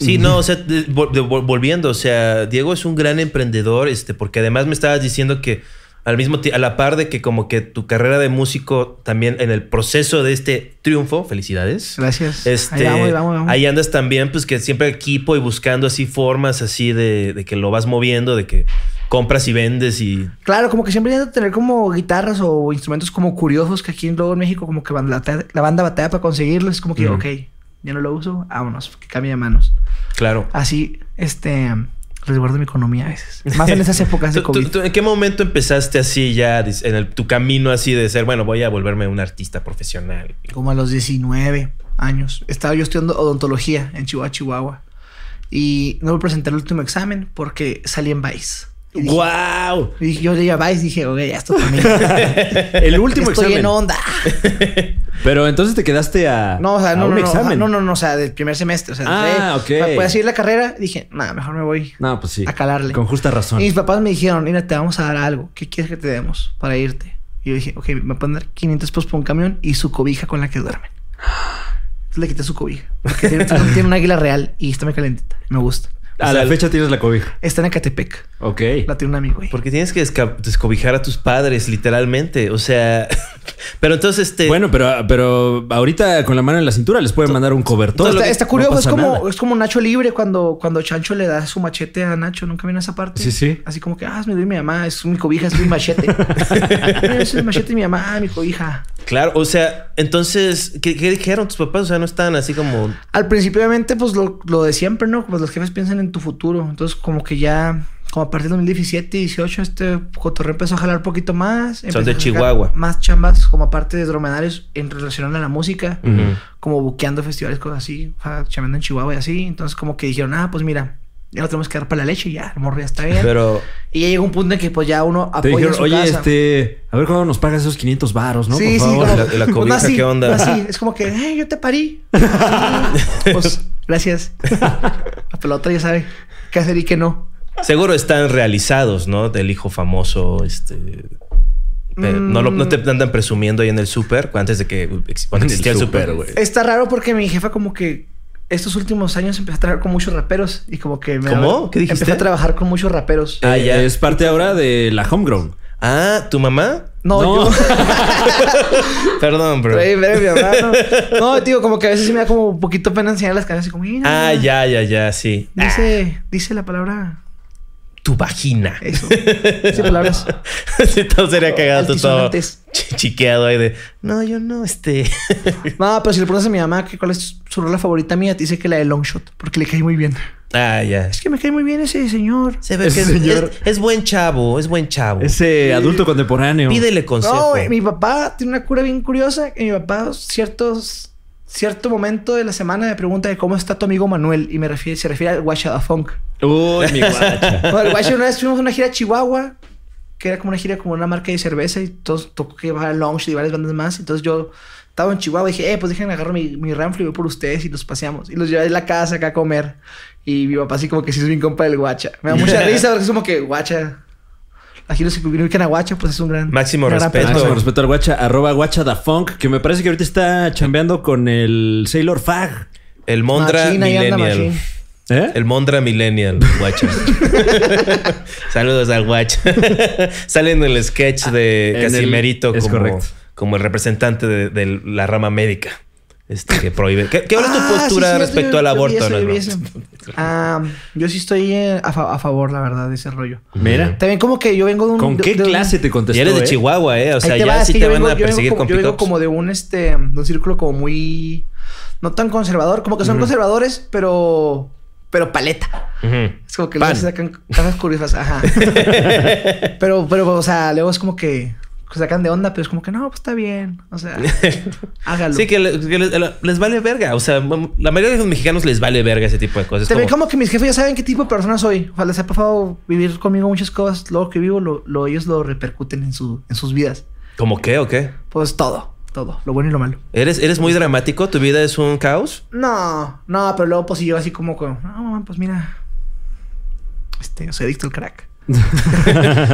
Speaker 1: Sí, no, o sea, de- vol- de- vol- volviendo, o sea, Diego es un gran emprendedor, este, porque además me estabas diciendo que al mismo ti- a la par de que como que tu carrera de músico también en el proceso de este triunfo, felicidades.
Speaker 3: Gracias.
Speaker 1: Este,
Speaker 3: ahí vamos, ahí vamos, ahí vamos.
Speaker 1: ahí andas también, pues que siempre equipo y buscando así formas así de, de que lo vas moviendo, de que compras y vendes y
Speaker 3: Claro, como que siempre intento tener como guitarras o instrumentos como curiosos que aquí en- luego en México como que van- la, ta- la banda batalla para conseguirlos. Es como que,
Speaker 1: Ujú.
Speaker 3: ok, ya no lo uso, vámonos, que cambie de manos.
Speaker 1: claro.
Speaker 3: Así, este, resguardo mi economía a veces. Más en esas épocas
Speaker 1: (laughs)
Speaker 3: de
Speaker 1: ¿Tú- tú-
Speaker 3: COVID.
Speaker 1: tú en qué momento empezaste así ya dis- en el- tu camino así de ser, bueno, voy a volverme un artista profesional?
Speaker 3: como a los 19 años. Estaba yo estudiando odontología en Chihuahua, Chihuahua. Y no me presenté el último examen porque salí en Vice. Y dije- (laughs)
Speaker 2: ¡Wow!
Speaker 3: y dije- yo leía Vice y dije, oye, ya
Speaker 2: (laughs)
Speaker 3: esto también.
Speaker 2: El último
Speaker 3: Estoy
Speaker 2: examen.
Speaker 3: en onda.
Speaker 2: Pero entonces te quedaste a.
Speaker 3: No, o sea,
Speaker 2: a
Speaker 3: no,
Speaker 2: un
Speaker 3: no, no,
Speaker 2: examen.
Speaker 3: no, no, no, o sea, del primer semestre. O sea,
Speaker 2: Ah,
Speaker 3: entré,
Speaker 2: ok.
Speaker 3: pa- Para seguir la carrera, dije, nada, mejor me voy.
Speaker 2: No, pues sí.
Speaker 3: A calarle.
Speaker 2: Con justa razón.
Speaker 3: Y mis papás me dijeron, mira, te vamos a dar algo. ¿Qué quieres que te demos para irte? Y yo dije, ok, me pueden dar 500 pesos por un camión y su cobija con la que duermen. Entonces le quité su cobija.
Speaker 2: (laughs)
Speaker 3: Porque tiene, tiene- tiene un águila real y está muy calentita. Me gusta.
Speaker 1: o
Speaker 2: A la
Speaker 1: sea,
Speaker 2: fecha tienes la cobija.
Speaker 3: Está en Ecatepec.
Speaker 2: Ok.
Speaker 3: La tiene un amigo ahí.
Speaker 1: Porque tienes que desca- descobijar a tus padres, literalmente. O sea, (laughs) pero entonces este.
Speaker 2: Bueno, pero, pero ahorita con la mano en la cintura les pueden mandar un cobertor.
Speaker 3: Está,
Speaker 2: No
Speaker 3: está curioso, es
Speaker 2: pasa
Speaker 3: como,
Speaker 2: nada.
Speaker 3: es como Nacho libre cuando, cuando Chancho le da su machete a Nacho, nunca viene esa parte.
Speaker 2: Sí, sí.
Speaker 3: Así como que, ah, es mi, mi mamá, es mi cobija, es
Speaker 2: (laughs)
Speaker 3: mi machete. Mira, es mi machete, de mi mamá, mi cobija.
Speaker 1: claro, o sea, entonces, ¿qué, qué dijeron tus papás? O sea, no estaban así como.
Speaker 3: Al principio, obviamente, pues lo, lo de siempre, ¿no? Pues los jefes piensan en tu futuro. Entonces, como que ya, como a partir de 2017, 18, este cotorreo empezó a jalar un poquito más. Empezó
Speaker 1: de
Speaker 3: a sacar
Speaker 1: Chihuahua.
Speaker 3: Más chambas, como aparte de dromedarios, en relación a la música.
Speaker 1: Ujú.
Speaker 3: Como buqueando festivales, cosas así, o sea, chambeando en Chihuahua y así. Entonces, como que dijeron, ah, pues mira, ya no tenemos que dar para la leche, ya, el morro ya está bien.
Speaker 1: Pero
Speaker 3: Y ya llegó un punto en que, pues ya uno apoya
Speaker 2: Te dijeron,
Speaker 3: en su
Speaker 2: oye,
Speaker 3: casa".
Speaker 2: este, a ver cuándo nos pagas esos 500 varos, ¿no?
Speaker 3: Sí,
Speaker 2: Por
Speaker 3: sí,
Speaker 2: favor.
Speaker 3: (laughs) como-
Speaker 1: La- la
Speaker 3: pues,
Speaker 1: cobija,
Speaker 3: no así,
Speaker 1: ¿qué onda?
Speaker 3: no así. Es como que, eh, yo
Speaker 1: (laughs)
Speaker 3: te parí. Sí, pues, gracias. La pelota ya sabe qué hacer y qué no.
Speaker 1: seguro están realizados, ¿no? Del hijo famoso, este. pero No, lo- no te andan presumiendo ahí en el súper antes de que ex- cuando
Speaker 2: Mm. En el
Speaker 1: existía el
Speaker 2: súper,
Speaker 1: súper,
Speaker 2: güey.
Speaker 1: güey.
Speaker 3: Está raro porque mi jefa como que estos últimos años empezó a trabajar con muchos raperos y como que me
Speaker 1: ¿Cómo? ¿Qué dijiste?
Speaker 3: Empezó a trabajar con muchos raperos.
Speaker 1: Ah, ya.
Speaker 2: Es parte ahora de la homegrown.
Speaker 1: Ah, ¿tu mamá?
Speaker 3: No,
Speaker 1: (laughs)
Speaker 2: no.
Speaker 3: yo. (laughs)
Speaker 1: Perdón, bro.
Speaker 3: Ey, espérame, mi mamá, no.
Speaker 1: (laughs)
Speaker 3: No, digo, como que a veces sí me da como un poquito pena enseñar las canciones y como, mira,
Speaker 1: Ah, ya, Ah. ya, ya, sí.
Speaker 3: Dice, dice la palabra.
Speaker 1: Tu vagina.
Speaker 2: Eh,
Speaker 1: (laughs)
Speaker 3: Eso. Dice palabras.
Speaker 1: Sí, todo sería cagado, tú todo
Speaker 3: Altisonantes.
Speaker 1: chi- chiqueado ahí de. No, yo no, este.
Speaker 3: No, pero si le preguntas a mi mamá que cuál es su rola favorita mía, te dice que la de Long Shot, porque le cae muy bien.
Speaker 1: Ah, ya.
Speaker 3: Es que me cae muy bien ese señor.
Speaker 1: Se ve
Speaker 2: Ese
Speaker 1: que es,
Speaker 2: señor-
Speaker 1: es- es buen chavo, es buen chavo.
Speaker 2: Ese adulto contemporáneo.
Speaker 1: Pídele consejo.
Speaker 3: No, güey, mi papá tiene una cura bien curiosa. Que mi papá, ciertos, cierto momento de la semana, me pregunta de cómo está tu amigo Manuel. Y me refiere, se refiere al Guachada Funk.
Speaker 2: Uy,
Speaker 1: (laughs)
Speaker 2: mi guacha.
Speaker 3: No, el Guacha, una vez fuimos a una gira a Chihuahua, que era como una gira como una marca de cerveza. Y todos tocó que llevar a Lounge y varias bandas más. Entonces yo estaba en Chihuahua y dije, eh, pues déjenme agarrar mi, mi Ramfle y voy por ustedes. Y los paseamos. Y los llevé a la casa acá a comer. Y mi papá, así como que sí es bien compa del Guacha. Me
Speaker 1: (laughs)
Speaker 3: da mucha risa porque es como que Guacha. Aquí los que ubican a Guacha, pues es un gran.
Speaker 1: Máximo
Speaker 3: una gran
Speaker 1: respeto.
Speaker 3: persona.
Speaker 2: Máximo respeto al guacha, arroba guacha da funk, que me parece que ahorita está chambeando con el Sailor Fag.
Speaker 1: El Mondra
Speaker 3: Machín, ahí anda
Speaker 1: Millennial.
Speaker 3: machín.
Speaker 2: ¿Eh?
Speaker 1: El Mondra Millennial,
Speaker 3: (laughs)
Speaker 1: guacha. Saludos al guacha. (laughs) Sale en el sketch de
Speaker 2: En el-
Speaker 1: Casimerito
Speaker 2: es
Speaker 1: como,
Speaker 2: correcto.
Speaker 1: como el representante de, de la rama médica. Este que prohíbe. ¿Qué, qué ahora es
Speaker 3: Ah,
Speaker 1: tu
Speaker 3: sí,
Speaker 1: postura
Speaker 3: cierto,
Speaker 1: respecto
Speaker 3: yo-
Speaker 1: al
Speaker 3: yo vi
Speaker 1: aborto?
Speaker 3: eso,
Speaker 1: no,
Speaker 3: yo vi
Speaker 1: no.
Speaker 3: eso. Ah, yo sí estoy eh, a, fa- a favor, la verdad, de ese rollo.
Speaker 2: Mira.
Speaker 3: También como que Mm, yo vengo de un...
Speaker 2: ¿Con
Speaker 3: de-
Speaker 2: qué
Speaker 3: de un-
Speaker 2: clase te
Speaker 1: Y
Speaker 2: contestó?
Speaker 1: eres de
Speaker 2: eh?
Speaker 1: Chihuahua, ¿eh? O sea,
Speaker 3: Ahí te
Speaker 1: ya
Speaker 3: va, es
Speaker 1: sí
Speaker 3: que
Speaker 1: te
Speaker 3: yo
Speaker 1: van
Speaker 3: vengo-
Speaker 1: a
Speaker 3: yo vengo
Speaker 1: perseguir
Speaker 3: como-
Speaker 1: con
Speaker 3: Yo vengo
Speaker 1: pickups.
Speaker 3: como de un, este, de un círculo como muy... No tan conservador, como que son conservadores, pero... Pero paleta.
Speaker 1: Ujú.
Speaker 3: Es como que
Speaker 2: Pan.
Speaker 3: luego se sacan cosas
Speaker 1: (laughs)
Speaker 3: curiosas, ajá. pero, pero, o sea, luego es como que se sacan de onda, pero es como que no, pues está bien.
Speaker 1: (laughs)
Speaker 3: O sea, hágalo.
Speaker 1: Sí, que, le- que les, les vale verga. O sea, la mayoría de los mexicanos les vale verga ese tipo de cosas.
Speaker 3: Te ve
Speaker 1: Como-
Speaker 3: como que mis jefes ya saben qué tipo de persona soy. Ojalá les ha pasado vivir conmigo muchas cosas. Luego que vivo, lo, lo- ellos lo repercuten en, su, en sus vidas.
Speaker 1: ¿Cómo qué o qué?
Speaker 3: Pues todo, todo, lo bueno y lo malo.
Speaker 1: ¿Eres, ¿Eres muy dramático? ¿Tu vida es un
Speaker 2: (laughs)
Speaker 1: caos?
Speaker 3: No, no, pero luego pues si yo así como con, no, mamá, pues mira, este, yo soy adicto al crack.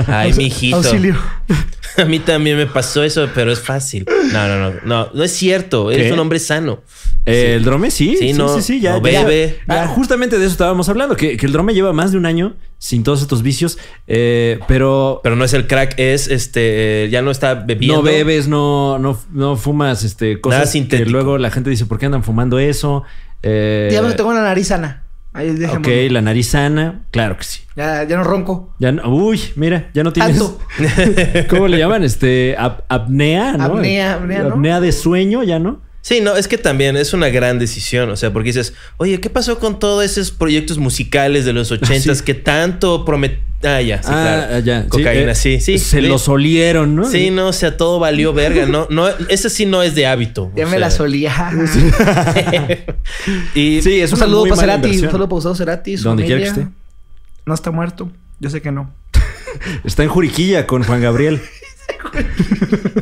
Speaker 1: Ay,
Speaker 3: Aux-
Speaker 1: mi hijito.
Speaker 3: Auxilio.
Speaker 1: (laughs) A mí también me pasó eso, pero es fácil. No, no, no. No, no es cierto. Eres
Speaker 2: ¿Qué?
Speaker 1: un hombre sano.
Speaker 2: Eh, El drome sí,
Speaker 1: Sí,
Speaker 2: sí, sí,
Speaker 1: no,
Speaker 2: sí, ya,
Speaker 1: no
Speaker 2: ya.
Speaker 1: bebe.
Speaker 2: Ah, justamente de eso estábamos hablando, que, que el drome lleva más de un año sin todos estos vicios, eh, pero
Speaker 1: Pero no es el crack, es este. Ya no está bebiendo.
Speaker 2: no bebes, no, no, no fumas este, cosas
Speaker 1: Nada sintético.
Speaker 2: que luego la gente dice, ¿por qué andan fumando eso? Eh,
Speaker 3: Digamos que tengo una nariz sana. Ahí dejemos.
Speaker 2: Ok, la nariz sana, claro que sí.
Speaker 3: Ya, ya no ronco.
Speaker 2: Ya no- uy, mira, ya no tienes.
Speaker 3: Tanto.
Speaker 2: (laughs) ¿Cómo le llaman? Este ab- apnea, ¿no?
Speaker 3: Apnea, apnea, ¿no?
Speaker 2: Apnea de sueño, ya no.
Speaker 1: (laughs) Sí, no, es que también es una gran decisión. O sea, porque dices, oye, ¿qué pasó con todos esos proyectos musicales de los ochentas
Speaker 2: Ah, sí.
Speaker 1: que tanto promet... Ah, ya, sí,
Speaker 2: ah,
Speaker 1: claro.
Speaker 2: ya. sí,
Speaker 1: Cocaína,
Speaker 2: eh,
Speaker 1: sí, sí.
Speaker 2: Se
Speaker 1: sí.
Speaker 2: los olieron, ¿no?
Speaker 1: Sí, no, o sea, todo
Speaker 2: (laughs)
Speaker 1: valió verga. No, no, ese sí no es de hábito.
Speaker 3: Ya
Speaker 1: o
Speaker 3: me
Speaker 1: sea.
Speaker 2: (laughs)
Speaker 3: la solía.
Speaker 1: (laughs) y
Speaker 2: Sí, es
Speaker 3: un
Speaker 2: una
Speaker 3: saludo
Speaker 2: muy
Speaker 3: para
Speaker 2: mala
Speaker 3: Cerati.
Speaker 2: inversión.
Speaker 3: Un saludo para Gustavo Cerati. su
Speaker 2: Donde quiera que
Speaker 3: familia. No está muerto. Yo sé que no.
Speaker 2: Está en Juriquilla con
Speaker 1: (laughs)
Speaker 2: Juan Gabriel.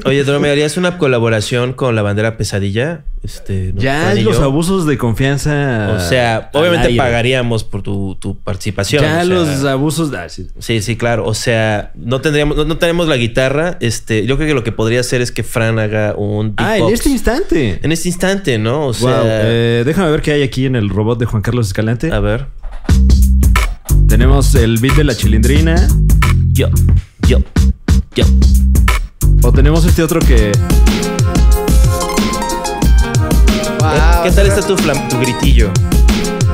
Speaker 1: Oye, Dro, ¿me harías una colaboración con la bandera pesadilla? Este, ¿no?
Speaker 2: ya
Speaker 1: Juan y
Speaker 2: es los
Speaker 1: yo.
Speaker 2: abusos de confianza.
Speaker 1: O sea,
Speaker 2: al
Speaker 1: obviamente
Speaker 2: aire.
Speaker 1: pagaríamos por tu, tu participación. o
Speaker 2: Ya
Speaker 1: sea,
Speaker 2: los abusos. ah, sí.
Speaker 1: Sí, sí, claro. O sea, no tendríamos, no, no tenemos la guitarra. Este, yo creo que lo que podría hacer es que Fran haga un
Speaker 2: Ah, en
Speaker 1: beatbox.
Speaker 2: este instante.
Speaker 1: En este instante, ¿no? O sea,
Speaker 2: Wow. Eh, déjame ver qué hay aquí en el robot de Juan Carlos Escalante.
Speaker 1: a ver.
Speaker 2: Tenemos el beat de la chilindrina.
Speaker 1: Yo, yo, yo.
Speaker 2: O tenemos este otro que. Ah,
Speaker 1: ¿Qué tal está tu, flam- tu gritillo?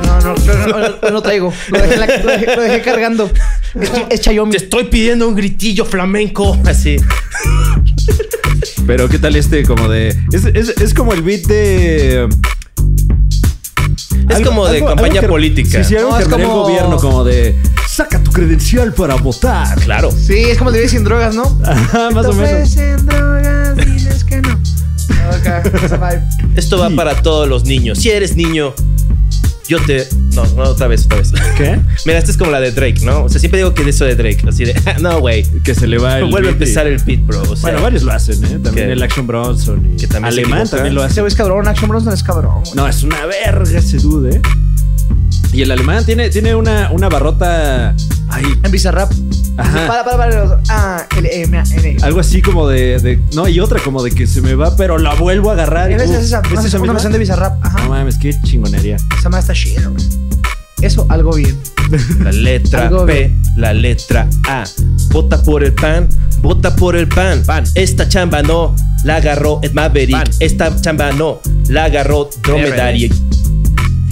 Speaker 3: No, no, no, no, no, no traigo. Lo dejé, en la- lo dejé- lo dejé cargando. Es, es Chayomi.
Speaker 1: Te estoy pidiendo un gritillo flamenco. Así.
Speaker 2: Pero qué tal este como de. Es, es- es como el beat de.
Speaker 1: Es como de campaña
Speaker 2: que-
Speaker 1: política.
Speaker 2: Sí, sí, algo
Speaker 3: No,
Speaker 2: que
Speaker 3: es
Speaker 2: maneja
Speaker 3: como-
Speaker 2: el gobierno, como de. Saca tu credencial para votar.
Speaker 1: Claro.
Speaker 3: Sí, es como el de Vives sin drogas, ¿no?
Speaker 2: Ajá, (laughs) más
Speaker 3: Te
Speaker 2: o menos.
Speaker 3: ofrecen drogas, diles que no. Acá, esa vibe.
Speaker 1: Esto va
Speaker 2: Sí.
Speaker 1: para todos los niños. Si eres niño, yo te. No, no, otra vez, otra vez. (laughs)
Speaker 2: ¿Qué?
Speaker 1: Mira, esta es como la de Drake, ¿no? O sea, siempre digo que es eso de Drake. Así de, (laughs) "Ah, no, güey.
Speaker 2: Que se le va el.
Speaker 1: Vuelve a
Speaker 2: beat y-
Speaker 1: empezar el pit, bro. O sea,
Speaker 2: Bueno, varios lo hacen, ¿eh? También
Speaker 1: Que-
Speaker 2: el Action Bronson y.
Speaker 1: que también se
Speaker 2: Alemán
Speaker 1: equivoca.
Speaker 2: también lo hace.
Speaker 3: Ese güey es cabrón. Action Bros no es cabrón. güey.
Speaker 2: No, es una verga ese dude, ¿eh? Y el alemán tiene, tiene una, una barrota. Ay,
Speaker 3: En Bizarrap.
Speaker 2: Ajá.
Speaker 3: Para, para, para. Ah, L, M, A, N.
Speaker 2: algo así como de, de- No, y otra como de que se me va, pero la vuelvo a agarrar. y-
Speaker 3: Esa es esa.
Speaker 2: Uf, uh, este ¿es esa
Speaker 3: Una una
Speaker 2: misma?
Speaker 3: versión de Bizarrap.
Speaker 2: No
Speaker 3: Ajá.
Speaker 2: mames, qué chingonería.
Speaker 3: Esa madre está chida, güey. Eso, algo bien.
Speaker 1: La letra
Speaker 3: Algo
Speaker 1: P,
Speaker 3: bien.
Speaker 1: la letra A. Vota por el pan, vota por el pan.
Speaker 2: Pan.
Speaker 1: Esta chamba no la agarró Ed Maverick.
Speaker 2: Pan.
Speaker 1: Esta chamba no la agarró Dromedary.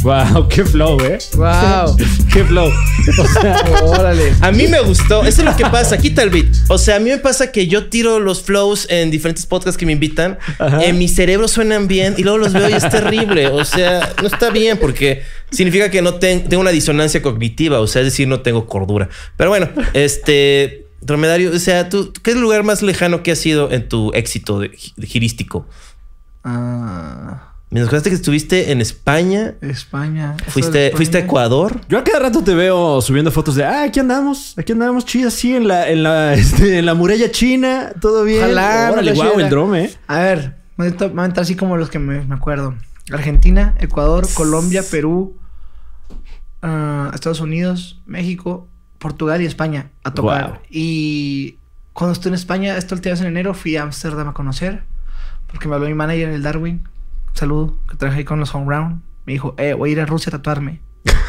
Speaker 2: Wow, qué flow, eh. (laughs)
Speaker 3: (laughs) Wow.
Speaker 2: Qué flow. O sea,
Speaker 3: Órale.
Speaker 1: A mí me gustó, eso es lo que pasa, quita el beat. O sea, a mí me pasa que yo tiro los flows en diferentes podcasts que me invitan,
Speaker 2: Ajá.
Speaker 1: en mi cerebro suenan bien y luego los veo y es terrible. O sea, no está bien porque significa que no ten- tengo una disonancia cognitiva, o sea, es decir, no tengo cordura. Pero bueno, este, Dromedario, o sea, ¿tú, ¿qué es el lugar más lejano que has sido en tu éxito de, gi- de girístico?
Speaker 3: Ah,
Speaker 1: Me contaste que estuviste en España,
Speaker 3: España. Eso de
Speaker 1: fuiste,
Speaker 3: España.
Speaker 1: fuiste a Ecuador.
Speaker 2: yo a cada rato te veo subiendo fotos de, ah, aquí andamos, aquí andamos chida, sí, en la, en la, (laughs) este, en la muralla china, todo bien.
Speaker 3: Ojalá,
Speaker 2: Órale,
Speaker 3: no te
Speaker 2: wow,
Speaker 3: llega.
Speaker 2: el drone, eh.
Speaker 3: A ver, voy a to- voy a entrar así como los que me, me acuerdo. Argentina, Ecuador, Colombia, Perú, ah, Estados Unidos, México, Portugal y España a tocar.
Speaker 2: Wow.
Speaker 3: Y cuando estuve en España, esto el vez en enero, fui a Ámsterdam a conocer. Porque me habló mi manager en el Darwin. Un saludo, que traje ahí con los Home Round. Me dijo, eh, voy a ir a Rusia
Speaker 1: (laughs)
Speaker 3: a tatuarme.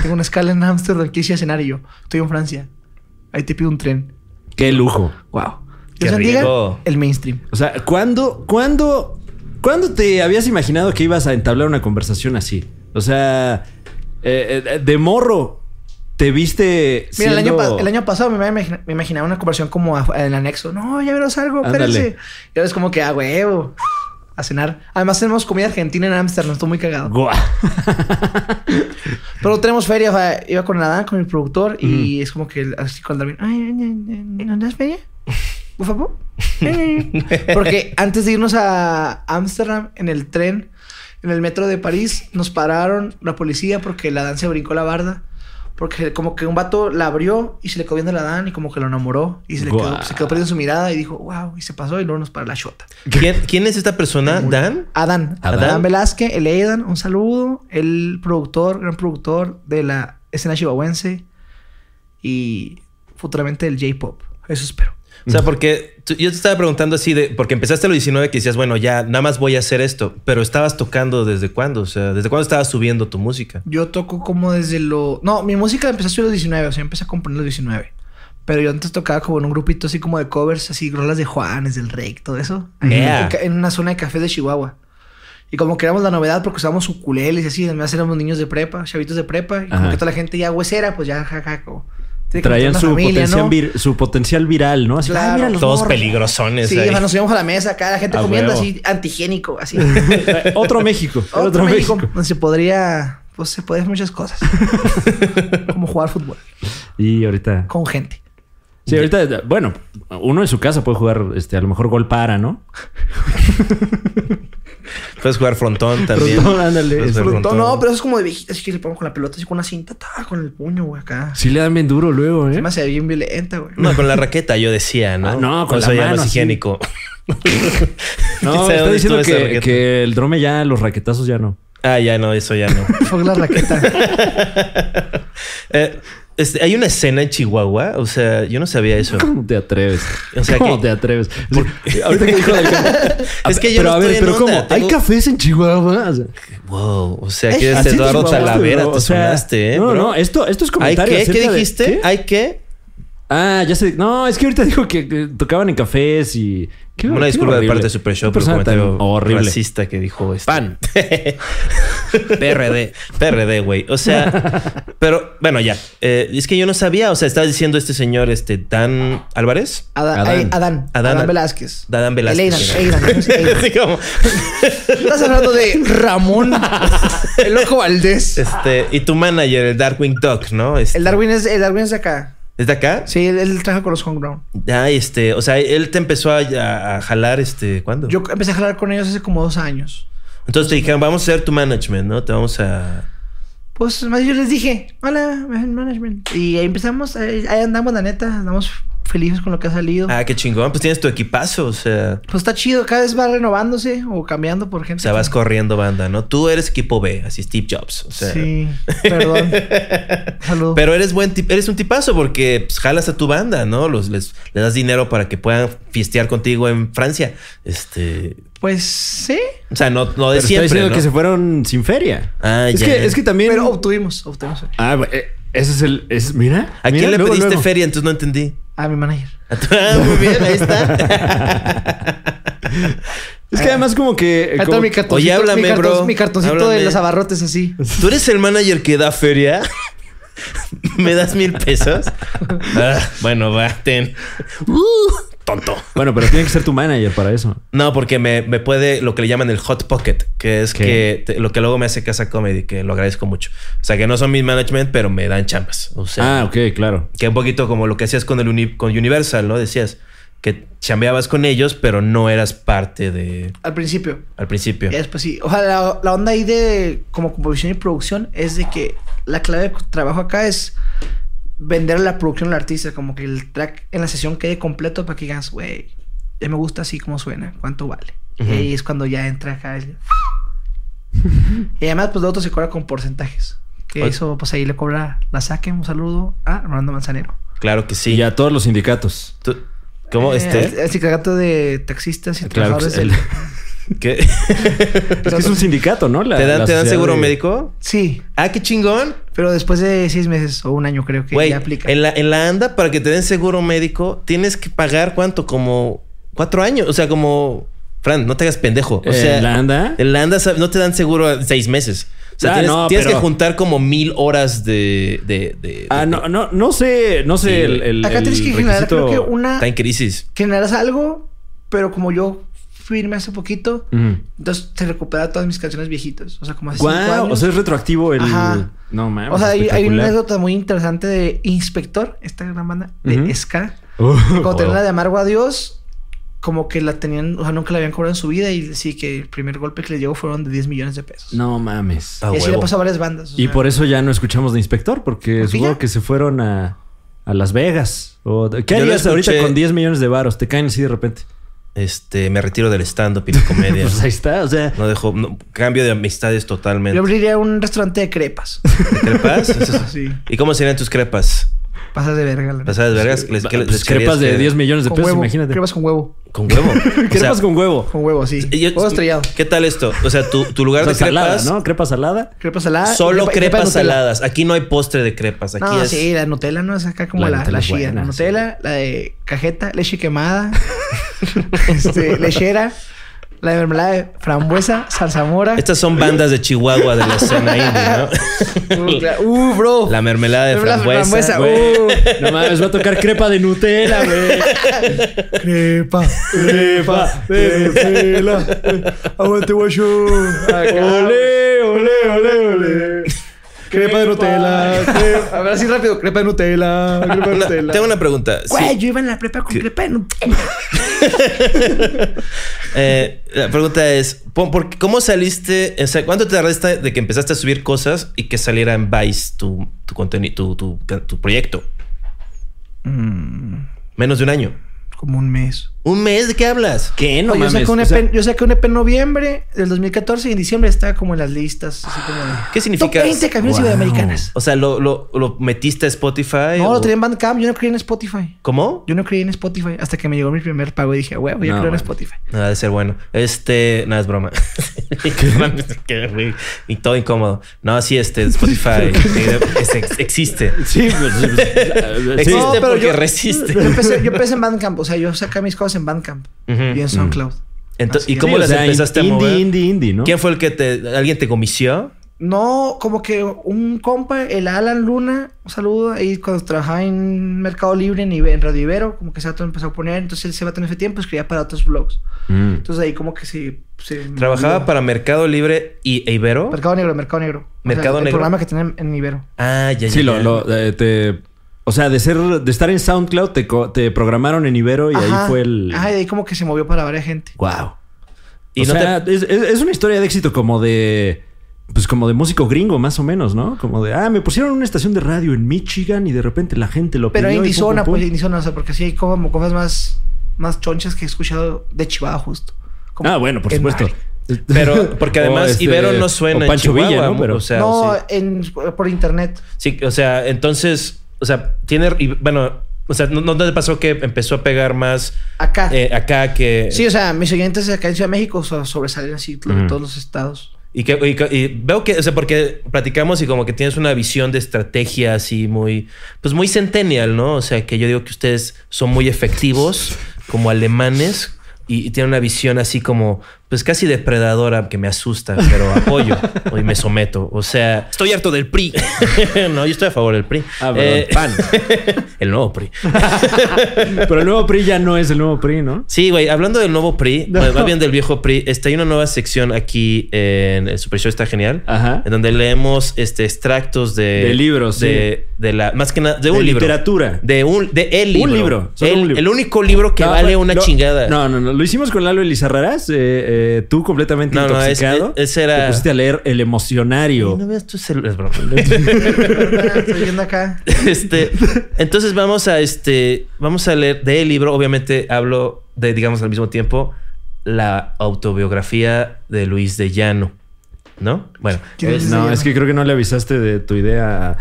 Speaker 3: Tengo una escala en Ámsterdam, quise cenar y yo. Estoy en Francia. Ahí te pido un tren.
Speaker 2: Qué lujo.
Speaker 3: Wow.
Speaker 1: Qué
Speaker 3: Dios bendiga
Speaker 1: rico.
Speaker 3: el mainstream.
Speaker 2: O sea, ¿cuándo, cuándo, cuándo te habías imaginado que ibas a entablar una conversación así? O sea, eh, eh, de morro, te viste.
Speaker 3: Mira, el año,
Speaker 2: siendo-
Speaker 3: pa- el año pasado me, imagina- me imaginaba una conversión como a- en el anexo. No, ya verás algo,
Speaker 2: Ándale.
Speaker 3: espérense. Y ahora es como que, ah, huevo, a cenar. Además, tenemos comida argentina en Ámsterdam, estoy muy cagado.
Speaker 2: Guau.
Speaker 3: Pero tenemos feria, o sea, iba con Adán, con mi productor, y es como que el- así con Darwin, ay, ay, ay, ay, ¿no das feria? Por favor. Ay, ay, ay. Porque antes de irnos a Ámsterdam en el tren, en el metro de París, nos pararon la policía porque la Dan se brincó la barda. Porque como que un vato la abrió y se le quedó viendo la Dan y como que lo enamoró y se le
Speaker 2: Guau.
Speaker 3: quedó, se quedó perdiendo su mirada y dijo, wow, y se pasó y luego nos paró la chota.
Speaker 1: ¿Quién, quién es esta persona? ¿Dan?
Speaker 3: Adán.
Speaker 2: Adán.
Speaker 3: Adán, Velázquez, el Aidan, un saludo. El productor, gran productor de la escena chihuahuense y futuramente del J-pop. Eso espero.
Speaker 1: O sea, porque tú- yo te estaba preguntando así de, porque empezaste a los 19 que decías, bueno, ya nada más voy a hacer esto, pero estabas tocando desde cuándo, o sea, desde cuándo estabas subiendo tu música.
Speaker 3: Yo toco como desde lo... No, mi música empezó a subir a los 19. O sea, yo empecé a componer a los 19. Pero yo antes tocaba como en un grupito así como de covers, así rolas de Juanes, del Rey, todo eso. Ahí
Speaker 1: Yeah.
Speaker 3: En, ca- en una zona de café de Chihuahua. Y como que éramos la novedad porque usábamos ukuleles y así, además éramos niños de prepa, chavitos de prepa, y como
Speaker 2: Ajá.
Speaker 3: que toda la gente ya huesera, pues ya jaja, como, tiene que
Speaker 2: Traían
Speaker 3: meter
Speaker 2: su,
Speaker 3: una familia,
Speaker 2: potencial
Speaker 3: ¿no?
Speaker 2: vir- su potencial viral, ¿no? Así,
Speaker 3: Claro.
Speaker 2: "Ah, mira los
Speaker 1: Todos
Speaker 2: morros".
Speaker 1: peligrosones.
Speaker 3: Sí,
Speaker 1: ahí.
Speaker 3: o sea, nos íbamos a la mesa acá, la gente
Speaker 2: A
Speaker 3: comiendo
Speaker 2: huevo.
Speaker 3: así, antihigiénico, así.
Speaker 2: (laughs) Otro México. Otro,
Speaker 3: (laughs) Otro México,
Speaker 2: México.
Speaker 3: donde se podría, pues se podría hacer
Speaker 2: (laughs)
Speaker 3: muchas cosas. como jugar fútbol
Speaker 2: Y ahorita.
Speaker 3: con gente.
Speaker 2: Sí, ahorita, bueno, uno en su casa puede jugar, este, a lo mejor gol para, ¿no?
Speaker 1: Puedes jugar
Speaker 2: (laughs)
Speaker 1: frontón también.
Speaker 2: Frontón, ándale.
Speaker 1: Puedes jugar
Speaker 3: Frontón, no, pero eso es como de viejita, así que le pongo con la pelota, así con una cinta, ta, con el puño, güey, acá.
Speaker 2: Sí le dan bien duro luego, ¿eh?
Speaker 3: Se me hace bien violenta, güey.
Speaker 1: No, con la raqueta yo decía, ¿no?
Speaker 2: Ah, no, con la
Speaker 1: Eso ya
Speaker 2: mano,
Speaker 1: no es
Speaker 2: así.
Speaker 1: higiénico.
Speaker 2: (laughs)
Speaker 1: (laughs)
Speaker 2: No,
Speaker 1: ¿Sabes
Speaker 2: está
Speaker 1: dónde estuvo
Speaker 2: diciendo
Speaker 1: esa
Speaker 2: que,
Speaker 1: raqueta?
Speaker 2: que el drome ya, los raquetazos ya no.
Speaker 1: Ah, ya no, eso ya
Speaker 2: (laughs)
Speaker 1: no.
Speaker 3: (laughs) Fue la raqueta.
Speaker 1: Eh, este, hay una escena en Chihuahua, o sea, yo no sabía eso.
Speaker 2: ¿Cómo te atreves?
Speaker 1: O sea,
Speaker 2: ¿Cómo
Speaker 1: que-
Speaker 2: te atreves? O
Speaker 1: (laughs)
Speaker 2: sea, ahorita que dijo del (laughs) café.
Speaker 1: Es que yo
Speaker 2: Pero
Speaker 1: no
Speaker 2: a ver,
Speaker 1: estoy en
Speaker 2: pero
Speaker 1: onda,
Speaker 2: ¿cómo? ¿Hay
Speaker 1: tengo-
Speaker 2: cafés en Chihuahua? O sea,
Speaker 1: Wow, o sea,
Speaker 3: Ay,
Speaker 1: que
Speaker 2: así
Speaker 1: este
Speaker 2: en
Speaker 1: Eduardo
Speaker 2: Chihuahua,
Speaker 1: Talavera
Speaker 2: bro.
Speaker 1: te
Speaker 2: O sea,
Speaker 1: sonaste, ¿eh?
Speaker 2: No,
Speaker 1: bro?
Speaker 2: no, esto, esto es
Speaker 1: ¿Hay
Speaker 2: comentario.
Speaker 1: qué? ¿Qué
Speaker 2: acerca de-
Speaker 1: dijiste?
Speaker 2: ¿Qué?
Speaker 1: ¿Hay qué?
Speaker 2: Ah, ya sé. No, es que ahorita dijo que, que tocaban en cafés y. qué-
Speaker 1: Una
Speaker 2: qué
Speaker 1: disculpa de
Speaker 2: horrible.
Speaker 1: parte de Super Show
Speaker 2: Qué
Speaker 1: por el
Speaker 2: persona tan
Speaker 1: comentario
Speaker 2: horrible.
Speaker 1: racista que dijo este. (laughs)
Speaker 2: Pan.
Speaker 1: PRD. PRD, güey. O sea, pero bueno, ya. Eh, es que yo no sabía. O sea, estaba diciendo este señor, este Dan Álvarez.
Speaker 3: Adán.
Speaker 2: Adán.
Speaker 3: ay, Adán.
Speaker 1: eh, Adán.
Speaker 3: Adán. Velázquez.
Speaker 1: Adán Velázquez.
Speaker 3: El
Speaker 1: (laughs)
Speaker 3: Aidan, Aidan, Aidan.
Speaker 1: Así como,
Speaker 3: Estás hablando de Ramón, (laughs) el loco Valdés.
Speaker 1: este, y tu manager, el Darkwing Duck, ¿no? Este,
Speaker 3: El Darwin es, el Darwin es de acá.
Speaker 1: ¿Es de acá?
Speaker 3: Sí, él, él trabaja con los Homegrown.
Speaker 1: Ah, este, o sea, él te empezó a, a- a jalar, este, ¿cuándo?
Speaker 3: Yo empecé a jalar con ellos hace como dos años.
Speaker 1: Entonces te dijeron, vamos a hacer tu management, ¿no? Te vamos a...
Speaker 3: Pues más yo les dije, hola, man- management. Y ahí empezamos, ahí ahí andamos, la neta, andamos felices con lo que ha salido.
Speaker 1: Ah, qué chingón, pues tienes tu equipazo, o sea,
Speaker 3: Pues está chido, cada vez va renovándose o cambiando por
Speaker 1: o
Speaker 3: gente.
Speaker 1: sea, vas
Speaker 3: que-
Speaker 1: corriendo banda, ¿no? Tú eres equipo B, así Steve Jobs, o sea...
Speaker 3: Sí,
Speaker 1: (laughs)
Speaker 3: perdón. Saludos.
Speaker 1: Pero eres buen tip, eres un tipazo porque pues, jalas a tu banda, ¿no? Los, les, les das dinero para que puedan fiestear contigo en Francia. Este,
Speaker 3: Pues sí,
Speaker 1: o sea, no, no de
Speaker 2: Pero está
Speaker 1: siempre.
Speaker 2: diciendo
Speaker 1: ¿no?
Speaker 2: que se fueron sin feria.
Speaker 1: Ah,
Speaker 2: es
Speaker 1: ya.
Speaker 2: Que, es que también.
Speaker 3: pero obtuvimos, obtuvimos.
Speaker 2: Ah, eh, ese es el. es- mira.
Speaker 1: ¿A quién
Speaker 2: mira,
Speaker 1: le
Speaker 2: luego,
Speaker 1: pediste
Speaker 2: luego.
Speaker 1: feria? Entonces no entendí.
Speaker 3: A mi manager.
Speaker 1: Ah, Muy bien, ahí está.
Speaker 2: (laughs) Es que
Speaker 1: Ah.
Speaker 2: además, como que.
Speaker 3: Ahí
Speaker 2: como-
Speaker 3: está mi cartoncito.
Speaker 1: Oye, háblame,
Speaker 3: mi cartoncito,
Speaker 1: bro.
Speaker 3: Mi cartoncito
Speaker 1: Háblame.
Speaker 3: de los abarrotes así.
Speaker 1: ¿Tú eres el manager que da feria? (laughs) ¿Me das mil
Speaker 2: (laughs)
Speaker 1: pesos? Ah, bueno, va, ten. Uh, tonto.
Speaker 2: Bueno, pero tiene que ser tu manager para eso.
Speaker 1: No, porque me, me puede lo que le llaman el hot pocket, que es que
Speaker 2: ¿Qué?
Speaker 1: te- lo que luego me hace Casa Comedy, que lo agradezco mucho. O sea, que no son mis management, pero me dan chambas. O sea,
Speaker 2: ah, ok, claro.
Speaker 1: que un poquito como lo que hacías con, el uni- con Universal, ¿no? Decías que chambeabas con ellos, pero no eras parte de...
Speaker 3: Al principio.
Speaker 1: Al principio.
Speaker 3: Y después pues sí. O sea, la, la onda ahí de como composición y producción es de que la clave de trabajo acá es vender la producción al artista, como que el track en la sesión quede completo para que digas, güey, ya me gusta así como suena, cuánto vale.
Speaker 1: Ujú.
Speaker 3: Y ahí es cuando ya entra acá. el- (laughs) y además, pues lo otro se cobra con porcentajes. Que
Speaker 1: Oye.
Speaker 3: eso, pues ahí le cobra la saquen. Un saludo a Armando Manzanero.
Speaker 1: Claro que sí.
Speaker 2: Y a todos los sindicatos.
Speaker 1: Tú- ¿Cómo?
Speaker 3: Eh, El,
Speaker 1: este...
Speaker 3: el sindicato de taxistas y
Speaker 2: Claro que
Speaker 3: trabajadores.
Speaker 2: sí. (laughs)
Speaker 3: del- (laughs)
Speaker 1: ¿Qué?
Speaker 2: Es que es un sindicato, ¿no? La-
Speaker 1: ¿Te dan,
Speaker 2: la
Speaker 1: te dan
Speaker 2: sociedad
Speaker 1: seguro
Speaker 2: de-
Speaker 1: médico?
Speaker 3: Sí,
Speaker 1: Ah, qué chingón.
Speaker 3: pero después de seis meses o un año creo que
Speaker 1: Güey,
Speaker 3: ya aplica.
Speaker 1: en la, en la ANDA, para que te den seguro médico, tienes que pagar cuánto? Como cuatro años. O sea, como. Fran, no te hagas pendejo. O
Speaker 2: Eh,
Speaker 1: sea,
Speaker 2: ¿la ANDA?
Speaker 1: En la ANDA sa- no te dan seguro a seis meses. O sea,
Speaker 2: Ah,
Speaker 1: tienes,
Speaker 2: no,
Speaker 1: tienes
Speaker 2: pero-
Speaker 1: que juntar como mil horas de. de, de-
Speaker 2: Ah,
Speaker 1: de-
Speaker 2: no, no, no sé, no sé
Speaker 1: Sí,
Speaker 2: el, el-
Speaker 3: Acá
Speaker 2: el
Speaker 3: tienes que generar,
Speaker 2: requisito.
Speaker 3: creo que una.
Speaker 1: Está en crisis.
Speaker 3: Generas algo, pero como yo firme hace poquito,
Speaker 2: Ujú.
Speaker 3: entonces se recupera todas mis canciones viejitas. O sea, como hace cinco
Speaker 2: Guau,
Speaker 3: años.
Speaker 2: o sea, es retroactivo el.
Speaker 3: Ajá.
Speaker 2: No mames.
Speaker 3: O sea, hay, hay
Speaker 2: espectacular. (laughs)
Speaker 3: una anécdota muy interesante de Inspector, esta gran banda de
Speaker 2: Ujú. (laughs)
Speaker 3: Ska.
Speaker 2: Uh,
Speaker 3: Cuando tenían
Speaker 2: wow.
Speaker 3: la de Amargo a Dios, como que la tenían, o sea, nunca la habían cobrado en su vida. Y sí, que el primer golpe que le llegó fueron de 10 millones de pesos.
Speaker 2: No mames.
Speaker 1: Ah,
Speaker 3: y así
Speaker 1: huevo.
Speaker 3: le pasó a varias bandas. o
Speaker 2: Y
Speaker 3: sea.
Speaker 2: por eso ya no escuchamos de inspector, porque
Speaker 3: Porque
Speaker 2: supongo
Speaker 3: ya-
Speaker 2: que se fueron a, a Las Vegas. O, ¿Qué
Speaker 1: Yo lo
Speaker 2: harías ahorita
Speaker 1: escuché-
Speaker 2: con 10 millones de varos? Te caen así de repente.
Speaker 1: Este, me retiro del stand-up y la comedia.
Speaker 2: (laughs) Pues ahí está, o sea.
Speaker 1: No dejo. no- cambio de amistades totalmente.
Speaker 3: Yo abriría un restaurante de
Speaker 2: (laughs)
Speaker 3: crepas.
Speaker 1: ¿Te crepas?
Speaker 3: (laughs) sí.
Speaker 1: ¿Y cómo serían tus crepas?
Speaker 3: Pasas de verga. La
Speaker 1: ¿Pasadas vergas? ¿Les- qué les-
Speaker 2: pues,
Speaker 1: les
Speaker 2: crepas
Speaker 1: querías
Speaker 2: de
Speaker 1: que-
Speaker 2: 10 millones de
Speaker 3: Con
Speaker 2: pesos,
Speaker 3: huevo.
Speaker 2: imagínate.
Speaker 3: Crepas con huevo.
Speaker 1: Con
Speaker 3: (laughs)
Speaker 1: huevo. O sea,
Speaker 2: Crepas con huevo.
Speaker 3: Con huevo, sí.
Speaker 1: Y yo-
Speaker 3: Huevo estrellado.
Speaker 1: ¿Qué tal esto? O sea, tu, tu lugar
Speaker 2: O sea,
Speaker 1: de crepas.
Speaker 2: salada, ¿no? Crepa salada.
Speaker 3: Crepas saladas.
Speaker 1: Solo
Speaker 3: y crepa- y crepa Ah, de
Speaker 1: crepas
Speaker 3: Nutella.
Speaker 1: saladas. Aquí no hay postre de crepas. Aquí
Speaker 3: no,
Speaker 1: es.
Speaker 3: sí, la Nutella no es acá como
Speaker 2: La
Speaker 3: la,
Speaker 2: Nutella
Speaker 3: la,
Speaker 2: es
Speaker 3: chía.
Speaker 2: buena,
Speaker 3: la Nutella, la de cajeta, leche quemada, este, lechera, La de mermelada de frambuesa, salsamora.
Speaker 1: Estas son bandas de Chihuahua de la escena indie, ¿no? (laughs)
Speaker 3: Uh, claro. Uh, bro. (laughs)
Speaker 1: La mermelada de
Speaker 3: Mermelada de
Speaker 1: frambuesa.
Speaker 3: frambuesa,
Speaker 1: güey.
Speaker 2: Güey,
Speaker 3: Uh.
Speaker 2: No mames, va a tocar crepa de Nutella, güey.
Speaker 3: Crepa, crepa, crepa. Aguante, guacho.
Speaker 2: Ah, Ole, ole, ole, ole.
Speaker 3: Crepa de Nutella. crepa- A ver, así rápido. Crepa de Nutella. Crepa de
Speaker 1: Una-
Speaker 3: Nutella.
Speaker 1: tengo una pregunta. Sí,
Speaker 3: Güey, yo iba en la prepa con crepa de Nutella.
Speaker 1: eh, la pregunta es, ¿por- por qué- ¿cómo saliste? O sea, ¿cuánto te tardaste de que empezaste a subir cosas y que saliera en Vice tu, tu contenido, tu, tu- tu proyecto?
Speaker 3: Mm,
Speaker 1: Menos de un año.
Speaker 3: Como un mes.
Speaker 1: ¿Un mes? ¿De qué hablas?
Speaker 2: ¿Qué? No
Speaker 3: Oye, yo,
Speaker 2: mames.
Speaker 3: saqué un
Speaker 2: o
Speaker 3: EP,
Speaker 2: sea,
Speaker 3: yo saqué un EP en noviembre del 2014 y en diciembre estaba como en las listas. Así como de-
Speaker 1: ¿Qué
Speaker 3: Top
Speaker 1: significa?
Speaker 3: 20 canciones
Speaker 2: Wow.
Speaker 3: iberoamericanas.
Speaker 1: O sea, ¿lo, lo, lo metiste a Spotify?
Speaker 3: No,
Speaker 2: oh.
Speaker 1: o-
Speaker 3: lo tenía en Bandcamp. Yo no creía en Spotify.
Speaker 1: ¿Cómo?
Speaker 3: Yo no creí en Spotify hasta que me llegó mi primer pago y dije, huevo, yo
Speaker 2: No,
Speaker 3: creo en
Speaker 2: bueno.
Speaker 3: Spotify.
Speaker 1: Nada de ser bueno. Este, nada, es broma. (laughs) Qué güey. y todo incómodo. No, sí, este,
Speaker 3: (laughs)
Speaker 1: Spotify eh, es- existe.
Speaker 2: Sí, pues, sí, pues, sí.
Speaker 1: Existe
Speaker 3: No, pero
Speaker 1: porque
Speaker 3: yo-
Speaker 1: resiste.
Speaker 3: Yo empecé, yo empecé en Bandcamp, o sea, yo saqué mis cosas en Bandcamp
Speaker 1: (laughs) Ujú.
Speaker 2: Mm.
Speaker 3: y en SoundCloud.
Speaker 1: Entonces,
Speaker 3: Así
Speaker 1: ¿Y
Speaker 3: es.
Speaker 1: cómo
Speaker 2: Sí, o
Speaker 1: las
Speaker 2: sea,
Speaker 1: empezaste
Speaker 2: indie,
Speaker 1: a mover?
Speaker 2: Indie, indie, ¿no?
Speaker 1: ¿Quién fue el que te... ¿Alguien te comició?
Speaker 3: No, como que un compa, el Alan Luna, un saludo, ahí cuando trabajaba en Mercado Libre en, Ibe- en Radio Ibero, como que se empezó a poner, entonces él se va a tener ese tiempo, escribía para otros blogs.
Speaker 2: Mm.
Speaker 3: Entonces ahí como que se... se
Speaker 1: ¿Trabajaba
Speaker 3: movió.
Speaker 1: para Mercado Libre y e Ibero?
Speaker 3: Mercado Negro, Mercado Negro. O sea,
Speaker 1: Mercado
Speaker 3: El
Speaker 1: Negro.
Speaker 3: programa que tenían en Ibero.
Speaker 1: Ah, ya, ya.
Speaker 2: Sí, lo,
Speaker 1: ya.
Speaker 2: lo, eh, te- o sea, de ser, de estar en SoundCloud te, co- te programaron en Ibero y
Speaker 3: Ajá.
Speaker 2: ahí fue el.
Speaker 3: Ajá, y ahí como que se movió para varias gente.
Speaker 2: Wow.
Speaker 1: Y
Speaker 2: o
Speaker 1: no te-
Speaker 2: sea, es, es- es una historia de éxito como de. Pues como de músico gringo, más o menos, ¿no? Como de, ah, me pusieron en una estación de radio en Michigan y de repente la gente lo
Speaker 3: Pero
Speaker 2: pidió. y
Speaker 3: indie
Speaker 2: pum, pum,
Speaker 3: zona,
Speaker 2: pum.
Speaker 3: pues indie zona, o sea, porque sí hay como cosas más, más chonchas que he escuchado de Chihuahua justo. Como
Speaker 2: Ah, bueno, por
Speaker 3: en
Speaker 2: supuesto.
Speaker 3: Bali.
Speaker 2: (laughs)
Speaker 1: Pero, porque
Speaker 2: O
Speaker 1: además
Speaker 2: este,
Speaker 1: Ibero no suena
Speaker 2: o Pancho
Speaker 1: en Chihuahua,
Speaker 2: Villa, ¿no? Pero-
Speaker 1: o sea,
Speaker 3: no,
Speaker 1: sí.
Speaker 3: en, por internet.
Speaker 1: Sí, o sea, entonces, o sea, tiene, y, bueno, o sea, ¿no, ¿no te pasó que empezó a pegar más
Speaker 3: Acá.
Speaker 1: eh, acá que...
Speaker 3: sí, o sea, mis oyentes acá en Ciudad de México so- sobresalen así de
Speaker 2: Ujú.
Speaker 3: todos los estados. (laughs)
Speaker 1: Y, que, y que- y veo que, o sea, porque platicamos y como que tienes una visión de estrategia así muy, pues muy centennial, ¿no? O sea, que yo digo que ustedes son muy efectivos como alemanes y, y tienen una visión así como, pues casi depredadora que me asusta, pero (laughs) apoyo y me someto. O sea, estoy harto del PRI. (laughs) no, yo estoy a favor del PRI.
Speaker 2: Ah, perdón.
Speaker 1: Eh, (laughs)
Speaker 2: Pan.
Speaker 1: el nuevo PRI.
Speaker 2: Pero el nuevo PRI ya no es el nuevo PRI, ¿no?
Speaker 1: Sí, güey, hablando del nuevo PRI,
Speaker 2: (laughs) No.
Speaker 1: más bien del viejo PRI, este, hay una nueva sección aquí en el Super Show, está genial.
Speaker 2: Ajá.
Speaker 1: En donde leemos este, extractos de,
Speaker 2: De libros,
Speaker 1: de, de la, más que nada, de un
Speaker 2: De
Speaker 1: libro.
Speaker 2: literatura.
Speaker 1: De un, de el
Speaker 2: Un
Speaker 1: libro.
Speaker 2: libro, solo
Speaker 1: El,
Speaker 2: un libro.
Speaker 1: el único libro que
Speaker 2: No,
Speaker 1: vale
Speaker 2: bueno,
Speaker 1: una
Speaker 2: lo-
Speaker 1: chingada.
Speaker 2: No, no, no. Lo hicimos con Lalo Elizarrarás. eh, eh, tú completamente
Speaker 1: No, no, es-
Speaker 2: intoxicado.
Speaker 1: es- ese era-
Speaker 2: Te pusiste a leer El Emocionario.
Speaker 1: Ay, no veas tu celular, es broma. (laughs)
Speaker 3: Ah, Estoy viendo acá.
Speaker 1: este, entonces vamos a este, vamos a leer del libro. Obviamente hablo de, digamos, al mismo tiempo la autobiografía de Luis de Llano, ¿no? Bueno,
Speaker 3: ¿Quién
Speaker 1: es-
Speaker 2: Pues,
Speaker 3: Luis de
Speaker 2: No,
Speaker 3: Llano.
Speaker 2: es que creo que no le avisaste de tu idea. a-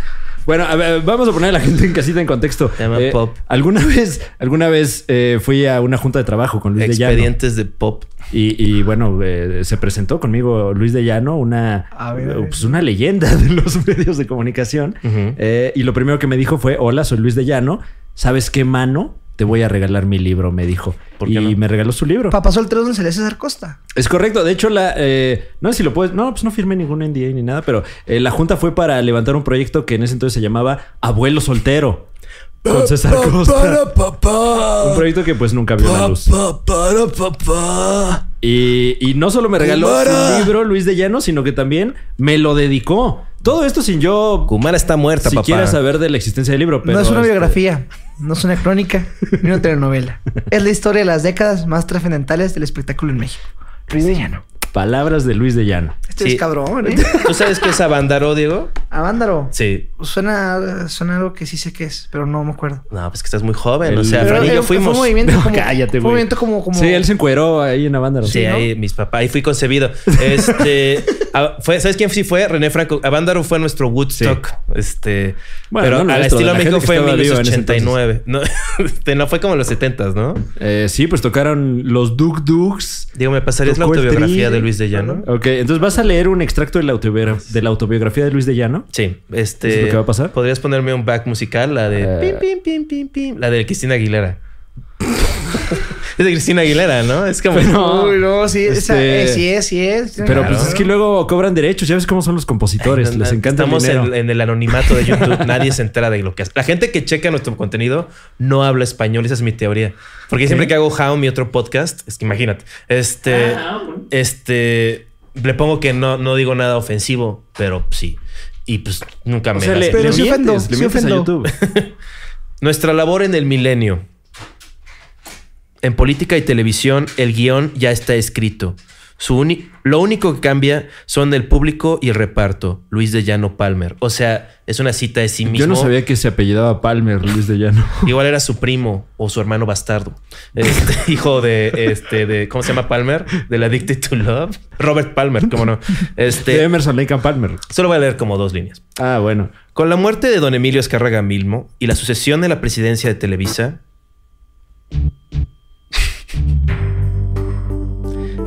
Speaker 2: Bueno, a ver, vamos a poner a la gente en casita en contexto. Eh,
Speaker 1: Se llama Pop.
Speaker 2: Alguna vez, alguna vez eh, fui a una junta de trabajo con Luis de Llano.
Speaker 1: expedientes de pop.
Speaker 2: Y, y, bueno, eh, se presentó conmigo Luis de Llano, una,
Speaker 3: A ver, a
Speaker 2: eh,
Speaker 3: ver.
Speaker 2: pues una leyenda de los (laughs) medios de comunicación.
Speaker 1: Ujú.
Speaker 2: Eh, y lo primero que me dijo fue: Hola, soy Luis de Llano. ¿Sabes qué mano? Te voy a regalar mi libro, me dijo.
Speaker 1: ¿Por
Speaker 2: y
Speaker 1: qué no?
Speaker 2: me regaló su libro.
Speaker 3: Papá soltero donde se le César Costa.
Speaker 2: Es correcto. De hecho, la eh, no sé si lo puedes. No, pues no firmé ningún NDA ni nada, pero eh, la junta fue para levantar un proyecto que en ese entonces se llamaba Abuelo Soltero. Con César Costa. Un proyecto que pues nunca vio la luz. Y, y no solo me regaló su libro Luis de Llano, sino que también me lo dedicó. Todo esto sin yo
Speaker 1: Kumara está muerta, papá.
Speaker 2: siquiera saber de la existencia del libro. Pero
Speaker 3: no es una
Speaker 2: este,
Speaker 3: biografía, no es una crónica, ni
Speaker 2: (laughs)
Speaker 3: una telenovela. Es la historia de las décadas más trascendentales del espectáculo en México. Luis de Llano.
Speaker 2: Palabras de Luis de Llano.
Speaker 3: Este
Speaker 1: Sí.
Speaker 3: es cabrón, ¿eh?
Speaker 2: (laughs)
Speaker 1: ¿Tú sabes qué es Avándaro, Diego?
Speaker 3: Avándaro.
Speaker 1: Sí.
Speaker 3: Suena, suena algo que sí sé que es, pero no me acuerdo.
Speaker 1: No, pues que estás muy joven.
Speaker 2: El-
Speaker 1: o sea,
Speaker 2: Pero
Speaker 1: Fran y
Speaker 3: eh,
Speaker 1: yo
Speaker 3: Fue
Speaker 1: fuimos.
Speaker 3: un movimiento
Speaker 2: No,
Speaker 3: como,
Speaker 2: cállate,
Speaker 3: fue un
Speaker 2: güey.
Speaker 3: movimiento como, como...
Speaker 2: Sí, él se encueró ahí en Avándaro.
Speaker 1: Sí,
Speaker 3: ¿no?
Speaker 1: ahí mis papás, ahí fui concebido. Este, a- fue, ¿sabes quién sí fue? René Franco. Avándaro fue nuestro Woodstock. Este,
Speaker 2: Bueno,
Speaker 1: pero
Speaker 2: no
Speaker 1: al
Speaker 2: nuestro,
Speaker 1: estilo
Speaker 2: de la gente
Speaker 1: México
Speaker 2: que
Speaker 1: fue en
Speaker 2: estaba viva en ese
Speaker 1: 1989. No, (laughs) este, no fue como en los 70s, ¿no?
Speaker 2: Eh, sí, pues tocaron los Duk Duks.
Speaker 1: Digo, me pasarías la
Speaker 2: Tocó el
Speaker 1: autobiografía
Speaker 2: tri.
Speaker 1: de Luis de Llano.
Speaker 2: Ok, entonces vas a leer un extracto de la, autobiogra-
Speaker 1: Pues
Speaker 2: de la autobiografía de Luis de Llano.
Speaker 1: Sí, este.
Speaker 2: ¿Eso es lo que va a pasar?
Speaker 1: ¿Podrías ponerme un back musical? La de.
Speaker 2: Eh.
Speaker 1: pim, pim, pim, pim, pim, la de Cristina Aguilera. (laughs) Es de Cristina Aguilera, ¿no? Es como.
Speaker 2: Pero-
Speaker 3: Uy, no, sí, esa-
Speaker 2: Este-
Speaker 3: eh, sí es, sí es.
Speaker 2: Pero
Speaker 3: Claro.
Speaker 2: pues es que luego cobran derechos. Ya ves cómo son los compositores. Les encanta
Speaker 1: Estamos
Speaker 2: el dinero.
Speaker 1: En, en el anonimato de
Speaker 2: (laughs)
Speaker 1: YouTube. Nadie se entera de lo que hace. La gente que checa nuestro contenido no habla español. Esa es mi teoría. Porque siempre que hago How, mi otro podcast, es que imagínate, este, este, le pongo que no, no digo nada ofensivo, pero sí. Y pues nunca
Speaker 2: O
Speaker 1: me.
Speaker 2: sea, le,
Speaker 1: las-
Speaker 3: Pero
Speaker 2: le
Speaker 3: sí
Speaker 2: mientes,
Speaker 3: ofendo,
Speaker 2: le
Speaker 3: sí
Speaker 2: mientes a
Speaker 3: ofendo.
Speaker 2: YouTube.
Speaker 1: Nuestra labor en el milenio. En política y televisión, el guión ya está escrito. Su uni- lo único que cambia son el público y el reparto. Luis de Llano Palmer. O sea, es una cita de sí mismo.
Speaker 2: Yo no sabía que se apellidaba Palmer, Luis de Llano.
Speaker 1: Igual era su primo o su hermano bastardo. Este, (laughs) hijo de, este, de, ¿cómo se llama Palmer? Del Addicted to Love. Robert Palmer, cómo no.
Speaker 2: De
Speaker 1: Este,
Speaker 2: Emerson Lake and Palmer.
Speaker 1: solo voy a leer como dos líneas.
Speaker 2: Ah, bueno.
Speaker 1: Con la muerte de don Emilio Escarraga Milmo y la sucesión de la presidencia de Televisa,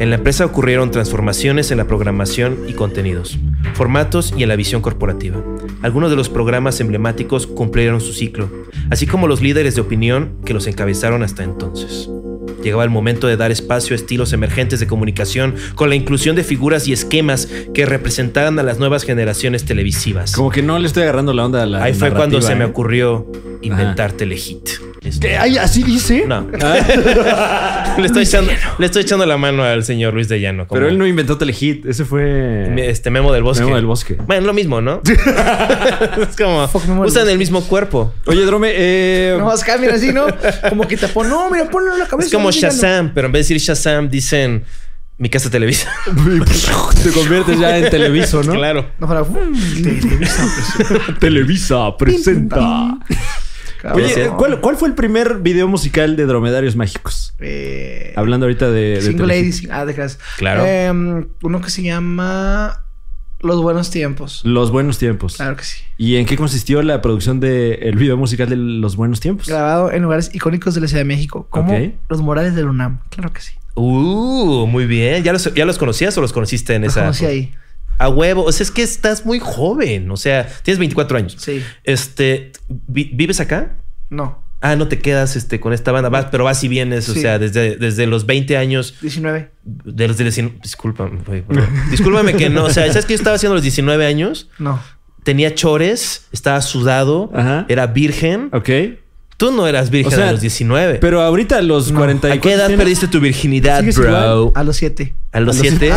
Speaker 1: en la empresa ocurrieron transformaciones en la programación y contenidos, formatos y en la visión corporativa. Algunos de los programas emblemáticos cumplieron su ciclo, así como los líderes de opinión que los encabezaron hasta entonces. Llegaba el momento de dar espacio a estilos emergentes de comunicación con la inclusión de figuras y esquemas que representaran a las nuevas generaciones televisivas.
Speaker 2: Como que no le estoy agarrando la onda a la
Speaker 1: Ahí fue cuando
Speaker 2: narrativa,
Speaker 1: se me
Speaker 2: ¿eh?
Speaker 1: ocurrió inventar Telehit. Este,
Speaker 2: ¿Qué? Ay, ¿Así dice?
Speaker 1: No.
Speaker 2: Ah,
Speaker 1: (laughs) Le estoy, echando, le estoy echando la mano al señor Luis de Llano. como
Speaker 2: pero él no inventó Telehit. Ese fue...
Speaker 1: mi- Este Memo del Bosque.
Speaker 2: Memo del Bosque.
Speaker 1: Bueno, lo mismo,
Speaker 3: (laughs)
Speaker 1: ¿no? es como.
Speaker 3: Fuck, Memo del
Speaker 1: usan
Speaker 3: Bosque.
Speaker 1: el mismo cuerpo.
Speaker 2: Oye, Drome, eh...
Speaker 3: No, es que mira así, ¿no? Como que tapó. No, mira, ponlo en la cabeza.
Speaker 1: Es como
Speaker 3: no, mira, no.
Speaker 1: Shazam, pero en vez de decir Shazam, dicen mi casa televisa. (laughs)
Speaker 2: (laughs) te conviertes ya en Televiso, ¿no?
Speaker 1: Claro.
Speaker 3: No, para. Televisa,
Speaker 2: (laughs)
Speaker 3: pues.
Speaker 2: Televisa presenta.
Speaker 3: Cabrón.
Speaker 2: Oye,
Speaker 3: No.
Speaker 2: ¿cuál, cuál fue el primer video musical de Dromedarios Mágicos?
Speaker 3: Eh,
Speaker 2: Hablando ahorita de... de
Speaker 3: Single
Speaker 2: Telehit.
Speaker 3: Ladies. Ah, dejas. Em,
Speaker 1: Claro.
Speaker 3: uno que se llama Los Buenos Tiempos.
Speaker 2: Los buenos tiempos.
Speaker 3: Claro que sí.
Speaker 2: ¿Y en qué consistió la producción del video musical de Los buenos tiempos?
Speaker 3: Grabado en lugares icónicos de la Ciudad de México, como
Speaker 2: Ok.
Speaker 3: los Morales del UNAM. Claro que sí.
Speaker 1: Uh, muy bien. ¿Ya los, ¿Ya los conocías o los conociste en
Speaker 3: Los
Speaker 1: esa?
Speaker 3: conocí ahí.
Speaker 1: A huevo. O sea, es que estás muy joven. O sea, tienes 24 años.
Speaker 3: Sí.
Speaker 1: Este, vi- ¿vives acá?
Speaker 3: No,
Speaker 1: Ah, no te quedas este, con esta banda, vas, pero vas y vienes, o
Speaker 3: Sí.
Speaker 1: sea, desde, desde los 20 años,
Speaker 3: 19.
Speaker 1: de los 19, discúlpame, güey, perdón.
Speaker 2: (laughs)
Speaker 1: discúlpame que no, o sea, ¿sabes qué yo estaba haciendo a los 19 años?
Speaker 3: No.
Speaker 1: Tenía chores, estaba sudado,
Speaker 2: Ajá.
Speaker 1: era virgen.
Speaker 2: Ok.
Speaker 1: Tú no eras virgen
Speaker 2: O sea,
Speaker 1: a los 19
Speaker 2: Pero ahorita a los
Speaker 3: No.
Speaker 2: 40 y
Speaker 1: ¿A qué edad
Speaker 2: ¿cuántos tienes?
Speaker 1: perdiste tu virginidad,
Speaker 2: ¿Sigues
Speaker 1: bro?
Speaker 3: A los 7.
Speaker 1: ¿A los 7?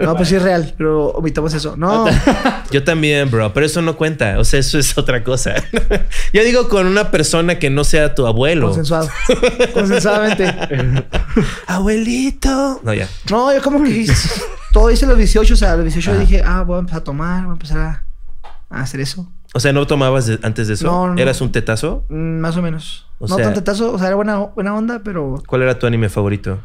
Speaker 3: No, pues sí es real, pero omitamos eso. No.
Speaker 1: (laughs) Yo también, bro, pero eso no cuenta, o sea, eso es otra cosa. (laughs) Yo digo con una persona que no sea tu abuelo.
Speaker 3: Consensuado. Consensuadamente.
Speaker 1: Abuelito. No, ya.
Speaker 3: No, yo como que hice- todo hice a los 18. O sea, a los 18 dije, ah, voy a empezar a tomar, voy a empezar a, a hacer eso.
Speaker 1: O sea, ¿no tomabas de- antes de eso?
Speaker 3: No, no, no.
Speaker 1: ¿Eras un tetazo?
Speaker 3: Mm, más o menos.
Speaker 1: O
Speaker 3: no
Speaker 1: sea-
Speaker 3: tanto tazo, o sea, era buena, buena onda, pero
Speaker 1: ¿Cuál era tu anime favorito?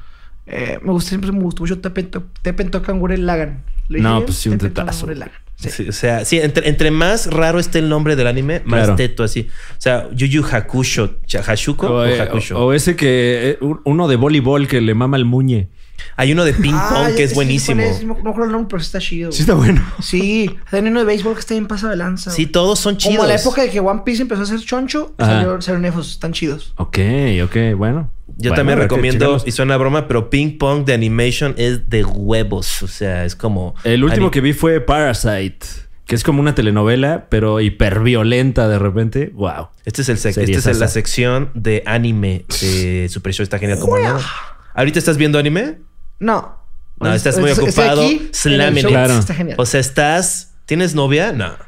Speaker 3: eh, me gustó, siempre me gustó mucho Tepen To- Tepen Tocan Gurren Lagan. Le
Speaker 2: No,
Speaker 3: dije,
Speaker 2: pues sí, un
Speaker 3: Tepen Tocan
Speaker 2: tetazo.
Speaker 3: Gurren Lagann. Sí.
Speaker 1: Sí, o sea, sí, entre, entre más raro esté el nombre del anime, más
Speaker 2: Claro.
Speaker 1: teto así. O sea, Yu Yu Hakusho, Cha- Hashuko o,
Speaker 2: O, eh,
Speaker 1: Hakusho.
Speaker 2: o- o ese que... eh, un- uno de voleibol que le mama el muñe.
Speaker 1: Hay uno de ping pong
Speaker 3: Ah,
Speaker 1: que
Speaker 3: ya
Speaker 1: es
Speaker 3: sé
Speaker 1: buenísimo.
Speaker 3: cuál es, No me acuerdo el nombre, pero sí está chido.
Speaker 2: Sí está bueno.
Speaker 3: Sí, hay uno de béisbol que está bien pasado de lanza.
Speaker 1: Sí,
Speaker 3: güey.
Speaker 1: todos son chidos.
Speaker 3: Como la época de que One Piece empezó a ser choncho,
Speaker 2: Ajá.
Speaker 3: salió, salieron esos, están chidos.
Speaker 2: Ok, ok, bueno.
Speaker 1: Yo
Speaker 2: Bueno,
Speaker 1: también
Speaker 2: habrá que
Speaker 1: recomiendo,
Speaker 2: checarlos.
Speaker 1: y suena a broma, pero ping pong de animation es de huevos. O sea, es como.
Speaker 2: El último
Speaker 1: ani-
Speaker 2: que vi fue Parasite, que es como una telenovela, pero hiperviolenta de repente. Wow.
Speaker 1: Este es, el sec-
Speaker 2: Serie
Speaker 1: este es el- la
Speaker 2: sasa.
Speaker 1: sección de anime de Super Show. Está genial. Como no. ¿Ahorita estás viendo anime?
Speaker 3: No.
Speaker 1: No, estás muy
Speaker 3: Estoy- estoy
Speaker 1: ocupado.
Speaker 3: aquí,
Speaker 1: Slamming
Speaker 3: en el
Speaker 1: it.
Speaker 3: show,
Speaker 2: Claro.
Speaker 3: Está genial.
Speaker 1: O sea, estás. ¿Tienes novia? No.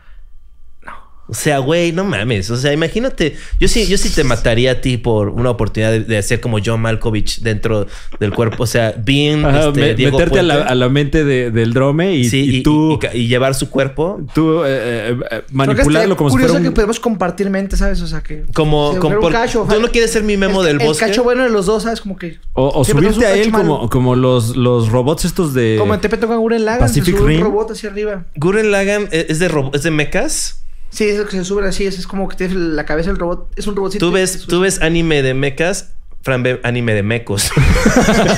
Speaker 1: O sea, güey, no mames. O sea, imagínate. Yo sí, yo sí te mataría a ti por una oportunidad de, de hacer como John Malkovich dentro del cuerpo. O sea, bien.
Speaker 2: Ajá,
Speaker 1: este,
Speaker 2: me-
Speaker 1: Diego
Speaker 2: meterte a la,
Speaker 1: Puente.
Speaker 2: a la mente de- del drome y,
Speaker 1: Sí,
Speaker 2: y
Speaker 1: y,
Speaker 2: tú,
Speaker 1: y ca- y llevar su cuerpo.
Speaker 2: tú eh, eh, eh,
Speaker 3: Creo que
Speaker 2: manipularlo
Speaker 3: estaría
Speaker 2: como si
Speaker 3: curioso
Speaker 2: fuera un...
Speaker 3: que podemos compartir mente, ¿sabes? O sea, que...
Speaker 1: Como.
Speaker 3: si
Speaker 1: como
Speaker 3: fuera un
Speaker 1: por-
Speaker 3: cacho,
Speaker 1: tú
Speaker 3: ojalá.
Speaker 1: no quieres ser mi memo
Speaker 3: El-
Speaker 1: del bosque.
Speaker 3: El cacho bueno de los dos, ¿sabes? Como que...
Speaker 2: O, o
Speaker 3: Siempre tenemos
Speaker 2: subirte
Speaker 3: un
Speaker 2: a él
Speaker 3: cacho malo.
Speaker 2: como, como los, los robots estos
Speaker 1: Eh,
Speaker 2: de...
Speaker 3: Como en Tepe Tocan Gurren Lagann, se
Speaker 2: Pacific
Speaker 3: sube
Speaker 2: Rim.
Speaker 3: un robot hacia arriba.
Speaker 1: Gurren Lagan es de, robo- es de mechas.
Speaker 3: Sí, es lo que se suben así, es, es como que tienes la cabeza del robot. Es un robotcito.
Speaker 1: Tú ves, tú ves anime de mechas. Fran ve anime de
Speaker 2: (laughs)
Speaker 1: mecos.
Speaker 2: (laughs)
Speaker 1: (laughs)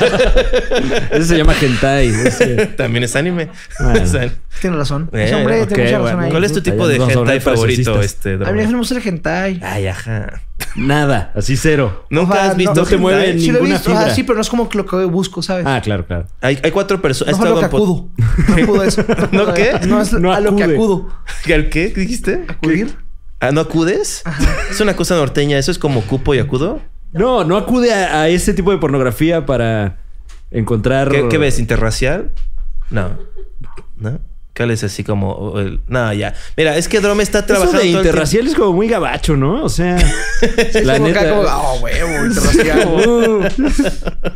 Speaker 2: Ese se llama hentai.
Speaker 1: (laughs)
Speaker 2: ese.
Speaker 1: También es anime.
Speaker 2: Bueno.
Speaker 1: (laughs) O sea,
Speaker 3: Tienes razón.
Speaker 1: Eh,
Speaker 3: Ese hombre
Speaker 2: ok,
Speaker 3: tiene mucha razón
Speaker 2: bueno.
Speaker 3: ahí.
Speaker 1: ¿Cuál es tu
Speaker 2: puta,
Speaker 1: tipo
Speaker 2: Ah. ya
Speaker 1: de
Speaker 2: nos vamos a
Speaker 1: hentai
Speaker 2: volver
Speaker 1: favorito?
Speaker 2: preciosistas.
Speaker 1: Este,
Speaker 3: A mí
Speaker 1: Drogo?
Speaker 3: me gusta el hentai.
Speaker 1: Ay, ajá.
Speaker 2: Nada, así cero.
Speaker 1: Nunca
Speaker 3: Ojalá,
Speaker 1: has visto.
Speaker 2: no te
Speaker 1: hentai?
Speaker 2: mueve
Speaker 3: Sí lo he
Speaker 2: ninguna
Speaker 3: visto, ajá,
Speaker 2: fibra.
Speaker 3: sí, pero no es como que lo que busco, ¿sabes?
Speaker 2: Ah, claro, claro.
Speaker 1: Hay, hay cuatro personas.
Speaker 3: no es a lo que (laughs) acudo. No acudo a eso.
Speaker 1: ¿No qué?
Speaker 3: No es
Speaker 2: No
Speaker 3: a lo que
Speaker 2: acude.
Speaker 3: acudo.
Speaker 1: (laughs) ¿Al qué? ¿Qué dijiste?
Speaker 3: ¿Acudir?
Speaker 1: ¿Ah, no acudes? Es una cosa norteña. Eso es como cupo y acudo.
Speaker 2: No, no acude a, a ese tipo de pornografía para encontrar.
Speaker 1: ¿Qué, qué ves? ¿Interracial? No. ¿No? ¿Qué es así como.? o el- No, ya. Mira, es que Drome está
Speaker 2: Eso
Speaker 1: trabajando.
Speaker 2: de
Speaker 1: todo el tiempo.
Speaker 2: interracial es como muy gabacho, ¿no?
Speaker 1: (laughs)
Speaker 2: O sea, la
Speaker 3: Como acá,
Speaker 2: neta.
Speaker 3: como, ah,
Speaker 2: (laughs)
Speaker 3: huevo, (laughs) interracial.
Speaker 2: Uh,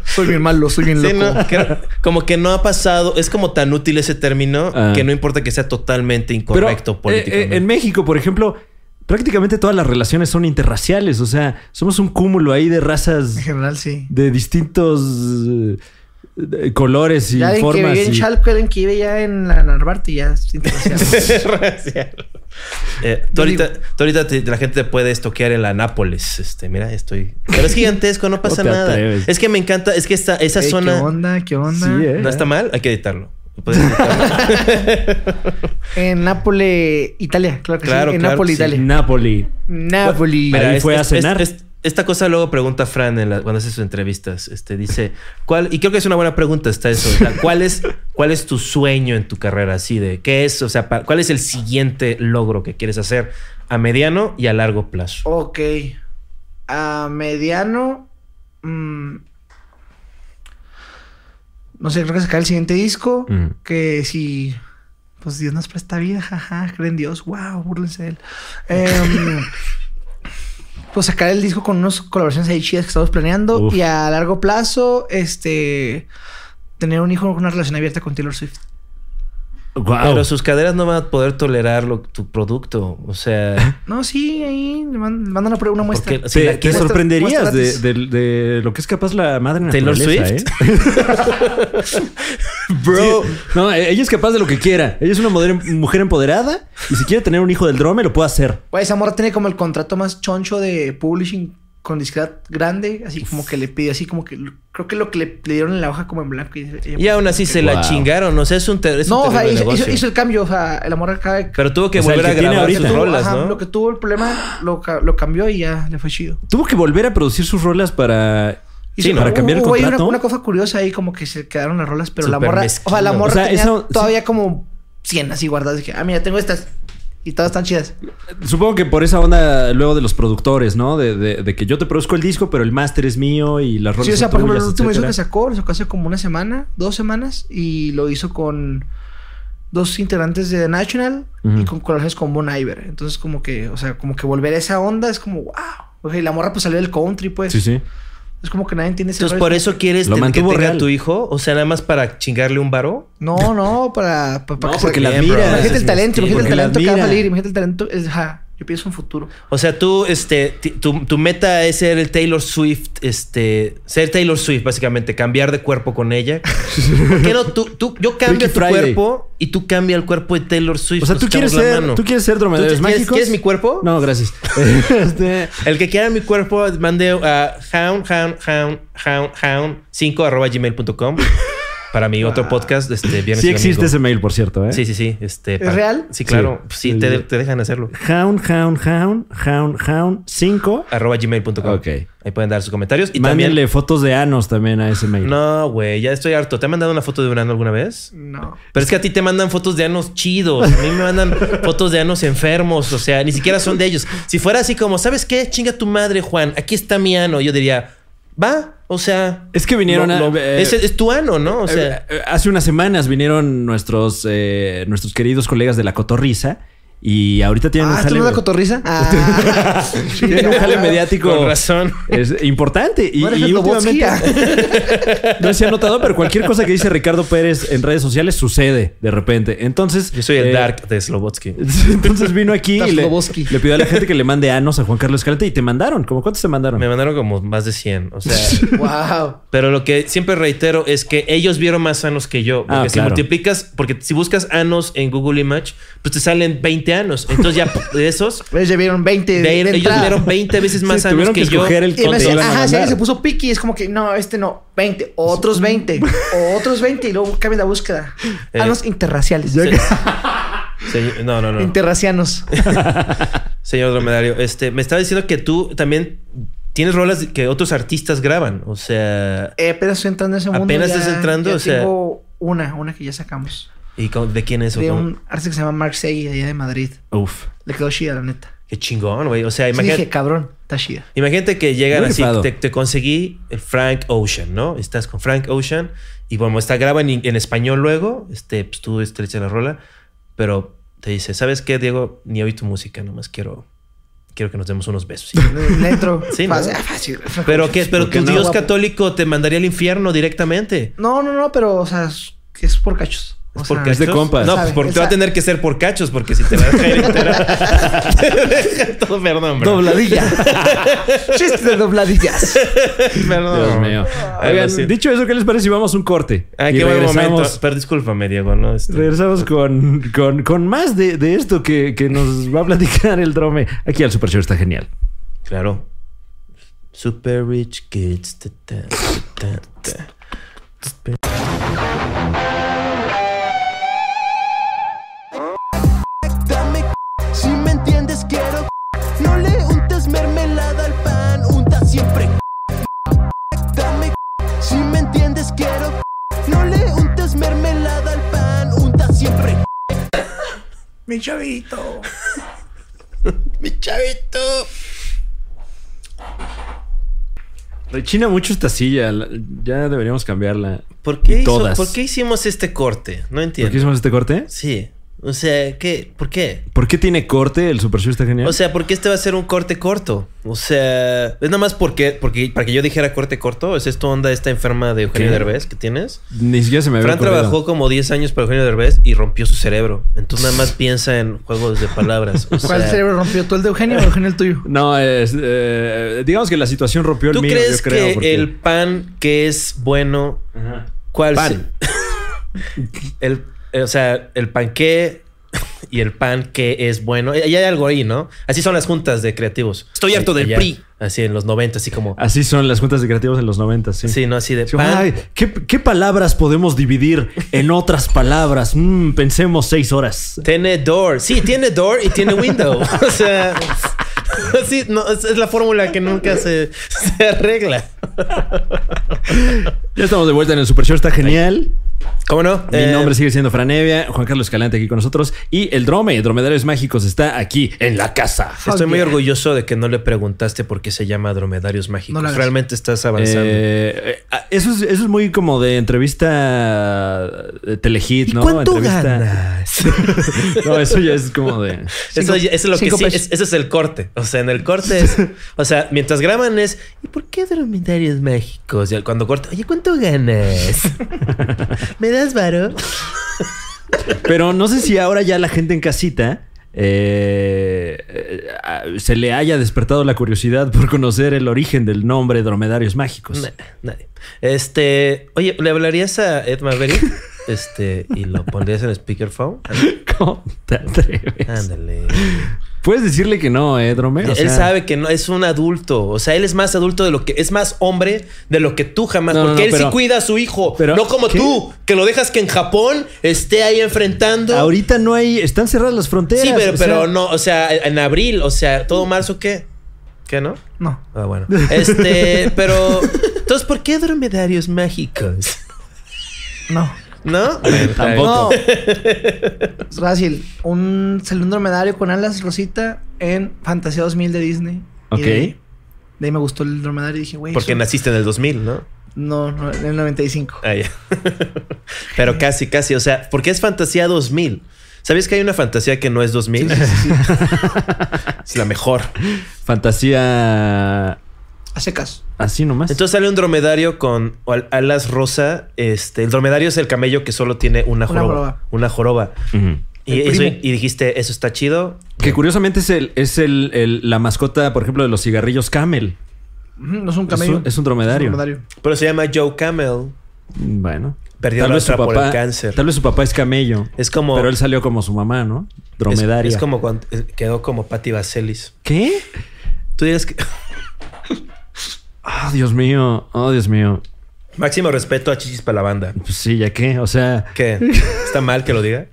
Speaker 3: Soy bien malo, soy bien
Speaker 1: Sí,
Speaker 3: loco.
Speaker 1: no, que- como que no ha pasado, es como tan útil ese término
Speaker 2: Ah.
Speaker 1: que no importa que sea totalmente
Speaker 2: pero,
Speaker 1: incorrecto
Speaker 2: eh, eh,
Speaker 1: políticamente.
Speaker 2: en México, por ejemplo, prácticamente todas las relaciones son interraciales. O sea, somos un cúmulo ahí de razas
Speaker 3: En general, sí.
Speaker 2: de distintos eh, eh, colores y
Speaker 3: Ya alguien que
Speaker 2: formas.
Speaker 3: vive en
Speaker 2: y-
Speaker 3: Chalco, alguien que vive ya en la Narvarte, ya es (laughs) interracial.
Speaker 1: Racial. Eh, tú
Speaker 3: Yo
Speaker 1: ahorita,
Speaker 3: digo-
Speaker 1: tú ahorita te- la gente te puede estoquear en la Nápoles. Este, mira, estoy. Pero es gigantesco,
Speaker 2: (laughs)
Speaker 1: no pasa
Speaker 2: te
Speaker 1: nada.
Speaker 2: atreves.
Speaker 1: Es que me encanta, es que esta, esa
Speaker 3: Eh,
Speaker 1: zona.
Speaker 3: ¿Qué onda? ¿Qué onda?
Speaker 2: Sí, eh.
Speaker 1: No está mal, hay que editarlo.
Speaker 2: (laughs)
Speaker 1: Puedes editarlo.
Speaker 3: En Nápoles, Italia, claro que
Speaker 1: Claro,
Speaker 3: sí. En
Speaker 1: claro
Speaker 3: Nápoles,
Speaker 1: que sí.
Speaker 3: Italia.
Speaker 2: Napoli.
Speaker 3: Nápoles.
Speaker 2: Mira, Ahí fue a cenar.
Speaker 1: esta cosa luego pregunta Fran en la- cuando hace sus entrevistas. Este dice, ¿cuál? Y creo que es una buena pregunta está eso. o sea, ¿cuál, es, ¿Cuál es tu sueño en tu carrera? Así de, ¿qué es? O sea, pa- ¿cuál es el siguiente logro que quieres hacer a mediano y a largo plazo?
Speaker 3: Ok. A mediano. mm, no sé, creo que sacar el siguiente disco.
Speaker 2: Mm.
Speaker 3: Que si. Pues Dios nos presta vida, (laughs) jaja. Creen en Dios. Wow, búrlense de él. Em, pues sacar el disco con unas colaboraciones ahí chidas que estamos planeando.
Speaker 2: Uf.
Speaker 3: Y a largo plazo, este. Tener un hijo con una relación abierta con Taylor Swift.
Speaker 2: Guau.
Speaker 1: Pero sus caderas no van a poder tolerar lo- tu producto. O
Speaker 3: (laughs)
Speaker 1: sea,
Speaker 3: No, sí, ahí le man- le mandan a prueba una muestra.
Speaker 1: porque si
Speaker 2: Te,
Speaker 1: la
Speaker 2: te
Speaker 1: quieres-
Speaker 3: muestra-
Speaker 2: sorprenderías
Speaker 3: muestra
Speaker 2: de,
Speaker 3: gratis.
Speaker 2: de- de lo que es capaz la madre
Speaker 1: Taylor
Speaker 2: naturaleza,
Speaker 1: Swift.
Speaker 2: ¿eh? Bro. No, eh, ella es capaz de lo que quiera. Ella es una moder- mujer empoderada y si quiere tener un hijo del drone, lo puede hacer.
Speaker 3: Güey, esa morra tiene como el contrato más choncho de publishing con disquera grande. Así como que le pidió así como que... Creo que lo que le, le dieron en la hoja como en blanco. Y, ella
Speaker 1: y aún así se la
Speaker 2: Wow.
Speaker 1: chingaron. O sea, es un, ter- es un
Speaker 3: No, o sea,
Speaker 1: terrible
Speaker 3: hizo,
Speaker 1: negocio.
Speaker 3: hizo- hizo el cambio. O sea, el amor acaba de...
Speaker 1: Pero tuvo que
Speaker 2: O sea, el
Speaker 1: volver a
Speaker 2: que tiene
Speaker 1: grabar sus
Speaker 2: ahorita.
Speaker 1: rolas,
Speaker 3: Ajá,
Speaker 1: ¿no?
Speaker 3: Lo que tuvo el problema lo, ca- lo cambió y ya le fue chido.
Speaker 2: Tuvo que volver a producir sus rolas para,
Speaker 1: Sí, ¿no?
Speaker 2: para cambiar el
Speaker 3: Hubo ahí
Speaker 2: contrato.
Speaker 3: Una, una cosa curiosa ahí como que se quedaron las rolas, pero la
Speaker 1: Súper
Speaker 3: morra... O sea, la
Speaker 1: mezquino.
Speaker 3: morra
Speaker 2: O sea,
Speaker 3: tenía
Speaker 2: eso-
Speaker 3: todavía como 100 así guardadas. Dije, ah, mira, tengo estas. Y todas están chidas.
Speaker 2: Supongo que por esa onda luego de los productores, ¿no? De, de- de que yo te produzco el disco, pero el máster es mío y las rolas
Speaker 3: Sí, o sea,
Speaker 2: son
Speaker 3: por ejemplo, el
Speaker 2: tuyas,
Speaker 3: último disco
Speaker 2: etcétera.
Speaker 3: que sacó, lo sacó hace como una semana, dos semanas, y lo hizo con dos integrantes de The National
Speaker 2: Ujú.
Speaker 3: y con colaboraciones con Bon Iver. Entonces, como que, o sea, como que volver a esa onda es como, wow. O sea, y la morra pues salió del country, pues.
Speaker 2: Sí, sí.
Speaker 3: Es como que nadie entiende ese
Speaker 1: Entonces,
Speaker 3: rollo.
Speaker 1: por eso quieres
Speaker 2: Lo
Speaker 1: te- que
Speaker 2: mantuvo
Speaker 1: tenga
Speaker 2: real.
Speaker 1: tu hijo, o sea, nada más para chingarle un varo.
Speaker 3: No, no, para... para, para
Speaker 2: No,
Speaker 3: que
Speaker 2: porque
Speaker 3: se-
Speaker 2: la
Speaker 1: Bien, bro.
Speaker 2: mira. este,
Speaker 3: Imagínate el
Speaker 1: es
Speaker 3: talento,
Speaker 1: mi estilo.
Speaker 3: imagínate el
Speaker 2: Porque la
Speaker 3: talento que va a
Speaker 2: mira.
Speaker 3: salir, imagínate el talento... es- ajá, yo pienso un futuro.
Speaker 1: O sea, tú, este, ti- tu, tu meta es ser el Taylor Swift, este, ser Taylor Swift, básicamente, cambiar de cuerpo con
Speaker 2: (laughs)
Speaker 1: ella. ¿Por qué no? Tú, tú, yo cambio
Speaker 2: Ricky
Speaker 1: tu
Speaker 2: Friday.
Speaker 1: cuerpo y tú cambia el cuerpo de Taylor Swift.
Speaker 2: O sea,
Speaker 1: Nos
Speaker 2: tú quieres,
Speaker 1: echamos Pues la
Speaker 2: ser,
Speaker 1: mano.
Speaker 2: tú quieres ser
Speaker 1: ¿Tú
Speaker 2: dromedarios
Speaker 1: quieres-
Speaker 2: mágicos.
Speaker 1: ¿Quieres mi cuerpo?
Speaker 2: No,
Speaker 1: (laughs)
Speaker 2: gracias. (laughs) Este,
Speaker 1: El que quiera mi cuerpo, mande a hound, hound, hound, hound, hound, 5 arroba gmail.com para mi otro podcast, este, viernes.
Speaker 2: Ah. sí
Speaker 1: y
Speaker 2: existe
Speaker 1: domingo.
Speaker 2: ese mail, por cierto, ¿eh?
Speaker 1: Sí, sí, sí. Este, para-
Speaker 3: real?
Speaker 1: Sí, claro. Sí,
Speaker 2: Sí,
Speaker 1: te,
Speaker 2: yo-
Speaker 1: te dejan hacerlo.
Speaker 2: Hound, hound, hound, hound, hound 5.
Speaker 1: Arroba gmail.com.
Speaker 2: Ok.
Speaker 1: Ahí pueden dar sus comentarios. Y
Speaker 2: Mándenle
Speaker 1: también.
Speaker 2: fotos de Anos también a ese mail.
Speaker 1: No, güey, ya estoy harto. ¿Te han mandado una foto de un ano alguna vez?
Speaker 3: No.
Speaker 1: Pero es que a ti te mandan fotos de anos chidos. A mí me mandan
Speaker 2: (laughs)
Speaker 1: fotos de anos enfermos. O sea, ni siquiera son de ellos. Si fuera así como, ¿sabes qué? Chinga tu madre, Juan. Aquí está mi ano. Yo diría, va. O sea.
Speaker 2: Es que vinieron
Speaker 1: lo-
Speaker 2: a-
Speaker 1: lo-
Speaker 2: eh,
Speaker 1: es, es tu ano, ¿no? O sea.
Speaker 2: Eh, eh, Hace unas semanas vinieron nuestros, eh, nuestros queridos colegas de la Cotorrisa y ahorita tienen
Speaker 3: Ah,
Speaker 2: un
Speaker 3: ¿esto
Speaker 2: jale,
Speaker 3: no es la cotorriza? Ah.
Speaker 2: (laughs) tienen (laughs) un jale mediático
Speaker 1: Con razón.
Speaker 2: Es importante. Y,
Speaker 3: No eres
Speaker 2: y
Speaker 3: el Lobotsky,
Speaker 2: últimamente (laughs) no se ha notado, pero cualquier cosa que dice Ricardo Pérez en redes sociales sucede de repente. Entonces.
Speaker 1: Yo soy el
Speaker 2: eh,
Speaker 1: Dark de Slobotsky.
Speaker 2: (laughs) Entonces vino aquí y le,
Speaker 3: Lobotsky.
Speaker 2: le pidió a la gente que le mande anos a Juan Carlos Escalante y te mandaron. ¿Cómo cuántos te mandaron?
Speaker 1: Me mandaron como más de 100. O sea.
Speaker 3: ah. (laughs) Wow.
Speaker 1: Pero lo que siempre reitero es que ellos vieron más anos que yo. Porque
Speaker 2: Ah,
Speaker 1: si
Speaker 2: claro.
Speaker 1: multiplicas, porque si buscas anos en Google Image, pues te salen 20 anos. Entonces ya de esos,
Speaker 3: Ellos Pues ya vieron 20 Eh, de,
Speaker 1: de- ellos
Speaker 3: entrada.
Speaker 1: vieron 20 veces más
Speaker 2: Sí,
Speaker 1: anos
Speaker 2: tuvieron
Speaker 1: que,
Speaker 2: que
Speaker 1: yo.
Speaker 2: escoger el
Speaker 3: Y además,
Speaker 2: te iban a
Speaker 3: ajá, si
Speaker 2: mandar.
Speaker 3: alguien se puso piqui, es como que no, este no, 20, otros
Speaker 1: (laughs)
Speaker 3: 20, otros 20, y luego cambia la búsqueda.
Speaker 1: Eh,
Speaker 3: A los interraciales.
Speaker 1: (laughs) Sí. Sí, no, no, no.
Speaker 3: Interracianos.
Speaker 1: Señor Dromedario, este, me estaba diciendo que tú también tienes rolas que otros artistas graban. O sea,
Speaker 3: Eh, apenas estoy entrando en ese mundo.
Speaker 1: Apenas estás entrando,
Speaker 3: ya
Speaker 1: o sea-
Speaker 3: Tengo una, una que ya sacamos.
Speaker 1: ¿y con- de quién es? o
Speaker 3: De
Speaker 1: cómo?
Speaker 3: un artista que se llama Mark Segui, de allá de Madrid.
Speaker 2: Uf.
Speaker 3: Le quedó chida, la neta.
Speaker 1: Qué chingón, güey. O sea,
Speaker 3: Sí,
Speaker 1: Eh, imagínate.
Speaker 3: dije, cabrón, está chida.
Speaker 1: Imagínate que llegan
Speaker 2: Muy
Speaker 1: así,
Speaker 2: rifado.
Speaker 1: te, te conseguí el Frank Ocean, ¿no? Estás con Frank Ocean y bueno, está graba en, en español luego, este, pues tú estrecha la rola, pero te dice, ¿sabes qué, Diego? Ni oí tu música, nomás quiero, quiero que nos demos unos
Speaker 3: (laughs)
Speaker 1: besos.
Speaker 3: Le entro.
Speaker 1: (laughs) Sí,
Speaker 3: fácil,
Speaker 1: ¿no?
Speaker 3: ah, fácil.
Speaker 1: pero qué, pero
Speaker 2: ¿Por qué
Speaker 1: tu
Speaker 2: no?
Speaker 1: Dios
Speaker 3: Guapo.
Speaker 1: católico te mandaría al infierno directamente.
Speaker 3: No, no, no, pero, o sea, es, es por cachos. O
Speaker 1: ¿Es por
Speaker 3: sea,
Speaker 1: cachos?
Speaker 2: de compas.
Speaker 1: No,
Speaker 3: Sabe,
Speaker 1: pues porque
Speaker 3: él
Speaker 1: te va a
Speaker 3: sabe.
Speaker 1: tener que ser por cachos, porque si te va a dejar
Speaker 3: (laughs)
Speaker 1: entera, (laughs) te deja todo, perdón, bro.
Speaker 2: Dobladilla.
Speaker 1: (laughs)
Speaker 3: Chiste de dobladillas.
Speaker 1: Perdón.
Speaker 2: Dios mío. Ah,
Speaker 1: Ay, lo
Speaker 2: Oigan,
Speaker 1: siento.
Speaker 2: dicho eso, ¿qué les parece si vamos a un corte?
Speaker 1: Ay,
Speaker 2: Y
Speaker 1: Ah, qué buen momento.
Speaker 2: regresamos-
Speaker 1: Pero discúlpame, Diego, ¿no? Este-
Speaker 2: Regresamos con, con, con más de, de esto que, que nos va a platicar el drome. Aquí al Super Show está genial.
Speaker 1: Claro. Super rich kids. ta, ta, ta, ta.
Speaker 4: Dame c- si me entiendes quiero c- No le untes mermelada al pan, unta siempre c- Dame c- si me entiendes quiero c- No le untes mermelada al pan, unta siempre c-
Speaker 3: Mi chavito.
Speaker 4: Mi chavito
Speaker 2: Rechina mucho esta silla. la- Ya deberíamos cambiarla.
Speaker 1: ¿Por qué,
Speaker 2: Y
Speaker 1: hizo-
Speaker 2: todas.
Speaker 1: ¿Por qué hicimos este corte? No
Speaker 2: ¿Por qué
Speaker 1: entiendo.
Speaker 2: hicimos este corte?
Speaker 1: Sí. O sea, ¿qué? ¿Por qué?
Speaker 2: ¿Por qué tiene corte el Super Show está genial?
Speaker 1: O sea, ¿por qué este va a ser un corte corto? O sea, es nada más porque, porque para que yo dijera corte corto, es esto onda esta enferma de Eugenio
Speaker 2: ¿Qué?
Speaker 1: Derbez que tienes.
Speaker 2: Ni siquiera se me había
Speaker 1: Fran
Speaker 2: ocurrido.
Speaker 1: trabajó como 10 años para Eugenio Derbez y rompió su cerebro. Entonces nada
Speaker 2: (laughs)
Speaker 1: más piensa en juegos de palabras. O
Speaker 3: ¿Cuál
Speaker 1: sea,
Speaker 3: cerebro rompió? ¿Tú el de Eugenio o Eugenio el tuyo?
Speaker 2: No, es, eh, digamos que la situación rompió el
Speaker 1: ¿Tú
Speaker 2: mío,
Speaker 1: crees
Speaker 2: yo creo.
Speaker 1: que
Speaker 2: porque-
Speaker 1: el pan que es bueno
Speaker 2: Ajá.
Speaker 1: ¿Cuál?
Speaker 2: Pan.
Speaker 1: se- (laughs) el, eh, o sea, el panqué y el pan que es bueno. Eh, Ya hay algo ahí, ¿no? Así son las juntas de creativos. Estoy harto del PRI. Así en los 90, así como.
Speaker 2: Así son las juntas de creativos en los 90, sí.
Speaker 1: Sí, ¿no? Así de
Speaker 2: Sí,
Speaker 1: pan.
Speaker 2: ay, ¿qué, qué palabras podemos dividir en otras palabras? Mm, pensemos seis horas.
Speaker 1: Tiene door. Sí, tiene door y tiene
Speaker 2: (laughs)
Speaker 1: window. o sea. (laughs) Sí, no, es, es la fórmula que nunca se, se arregla.
Speaker 2: Ya estamos de vuelta en el Super Show, está genial.
Speaker 1: ¿Cómo no?
Speaker 2: Mi
Speaker 1: Eh,
Speaker 2: nombre sigue siendo Franevia, Juan Carlos Escalante aquí con nosotros y el Drome, Dromedarios Mágicos, está aquí en la casa.
Speaker 1: Estoy muy
Speaker 3: Javier.
Speaker 1: orgulloso de que no le preguntaste por qué se llama Dromedarios Mágicos.
Speaker 3: hagas.
Speaker 1: Realmente estás avanzando.
Speaker 2: Eh, eh, eso, es, eso es muy como de entrevista eh, telehit, ¿no? Entrevista- (laughs) No, eso ya es como de.
Speaker 1: (laughs) Eso,
Speaker 3: Cinco-
Speaker 1: ya- eso es lo que
Speaker 3: cinco
Speaker 1: sí,
Speaker 3: pesos.
Speaker 1: es- eso es el corte. O sea, en el corte
Speaker 3: (laughs)
Speaker 1: es. o sea, mientras graban es. ¿Y por qué dromedarios mágicos? Y al- cuando corta, oye, ¿cuánto ganas? (laughs) ¿Me das
Speaker 3: (laughs)
Speaker 1: varo?
Speaker 2: Pero no sé si ahora ya la gente en casita eh, eh, ah, se le haya despertado la curiosidad por conocer el origen del nombre Dromedarios Mágicos.
Speaker 1: Na- nadie. Este. Oye, ¿le hablarías a Ed
Speaker 3: (laughs)
Speaker 1: Maverick? Este. ¿Y lo pondrías en speakerphone?
Speaker 2: ¿Cómo te atreves?
Speaker 1: Ándale.
Speaker 2: Puedes decirle que no, eh, Drome. O
Speaker 1: él
Speaker 2: sea,
Speaker 1: sabe que no es un adulto. O sea, él es más adulto de lo que. Es más hombre de lo que tú jamás.
Speaker 2: No, no,
Speaker 1: porque
Speaker 2: no,
Speaker 1: él sí
Speaker 2: pero-
Speaker 1: cuida a su hijo.
Speaker 2: pero-
Speaker 1: no como
Speaker 2: ¿qué?
Speaker 1: tú, que lo dejas que en Japón esté ahí enfrentando.
Speaker 2: Ahorita no hay. Están cerradas las fronteras.
Speaker 1: Sí, pero,
Speaker 2: o sea,
Speaker 1: pero no, o sea, en abril, o sea, todo marzo, ¿qué? ¿Qué no?
Speaker 3: No.
Speaker 1: Ah,
Speaker 2: (laughs)
Speaker 1: bueno. Este, pero. Entonces, ¿por qué dromedarios mágicos?
Speaker 3: No.
Speaker 1: ¿No? Bueno, está bien.
Speaker 2: (laughs) Tampoco.
Speaker 3: No. Es fácil. Un segundo dromedario con alas rosita en Fantasía 2000 de Disney. Y
Speaker 2: Ok.
Speaker 3: De, ahí- de ahí me gustó el dromedario y dije, güey.
Speaker 1: Porque
Speaker 3: eso-
Speaker 1: naciste en el 2000, ¿no?
Speaker 3: No, no, en el 95.
Speaker 1: Ah, ya. (laughs) Pero casi, casi. O sea, porque es fantasía 2000. ¿Sabías que hay una fantasía que no es
Speaker 2: (laughs)
Speaker 1: 2000? (laughs) Es la
Speaker 3: (laughs)
Speaker 1: mejor.
Speaker 2: Fantasía.
Speaker 3: A secas.
Speaker 2: Así nomás.
Speaker 1: Entonces sale un dromedario con al- alas rosa. Este, el dromedario es el camello que solo tiene una
Speaker 3: Una
Speaker 1: joroba.
Speaker 3: joroba.
Speaker 1: Una joroba.
Speaker 2: Ujú.
Speaker 1: Y,
Speaker 3: El
Speaker 1: eso-
Speaker 3: primo.
Speaker 1: y dijiste, eso está chido.
Speaker 2: Que curiosamente es, el, es el, el- la mascota, por ejemplo, de los cigarrillos Camel.
Speaker 3: Ujú, No es un
Speaker 2: Es
Speaker 3: camello.
Speaker 2: un, es un dromedario.
Speaker 1: Pero se llama Joe Camel.
Speaker 2: Bueno.
Speaker 1: Perdió la otra por el cáncer.
Speaker 2: Tal vez su papá es camello.
Speaker 1: Es como.
Speaker 2: Pero él salió como su mamá, ¿no?
Speaker 1: es,
Speaker 2: Dromedaria.
Speaker 1: es como cuando eh, quedó como Patty Vaselis.
Speaker 2: ¿Qué?
Speaker 1: Tú dices que. (laughs)
Speaker 2: Ah, Dios mío. Oh, Dios mío.
Speaker 1: Máximo respeto a Chichis para la banda.
Speaker 2: Pues sí, ¿ya qué? O sea...
Speaker 1: ¿Qué? ¿Está
Speaker 2: (laughs) (laughs)
Speaker 1: mal que lo diga?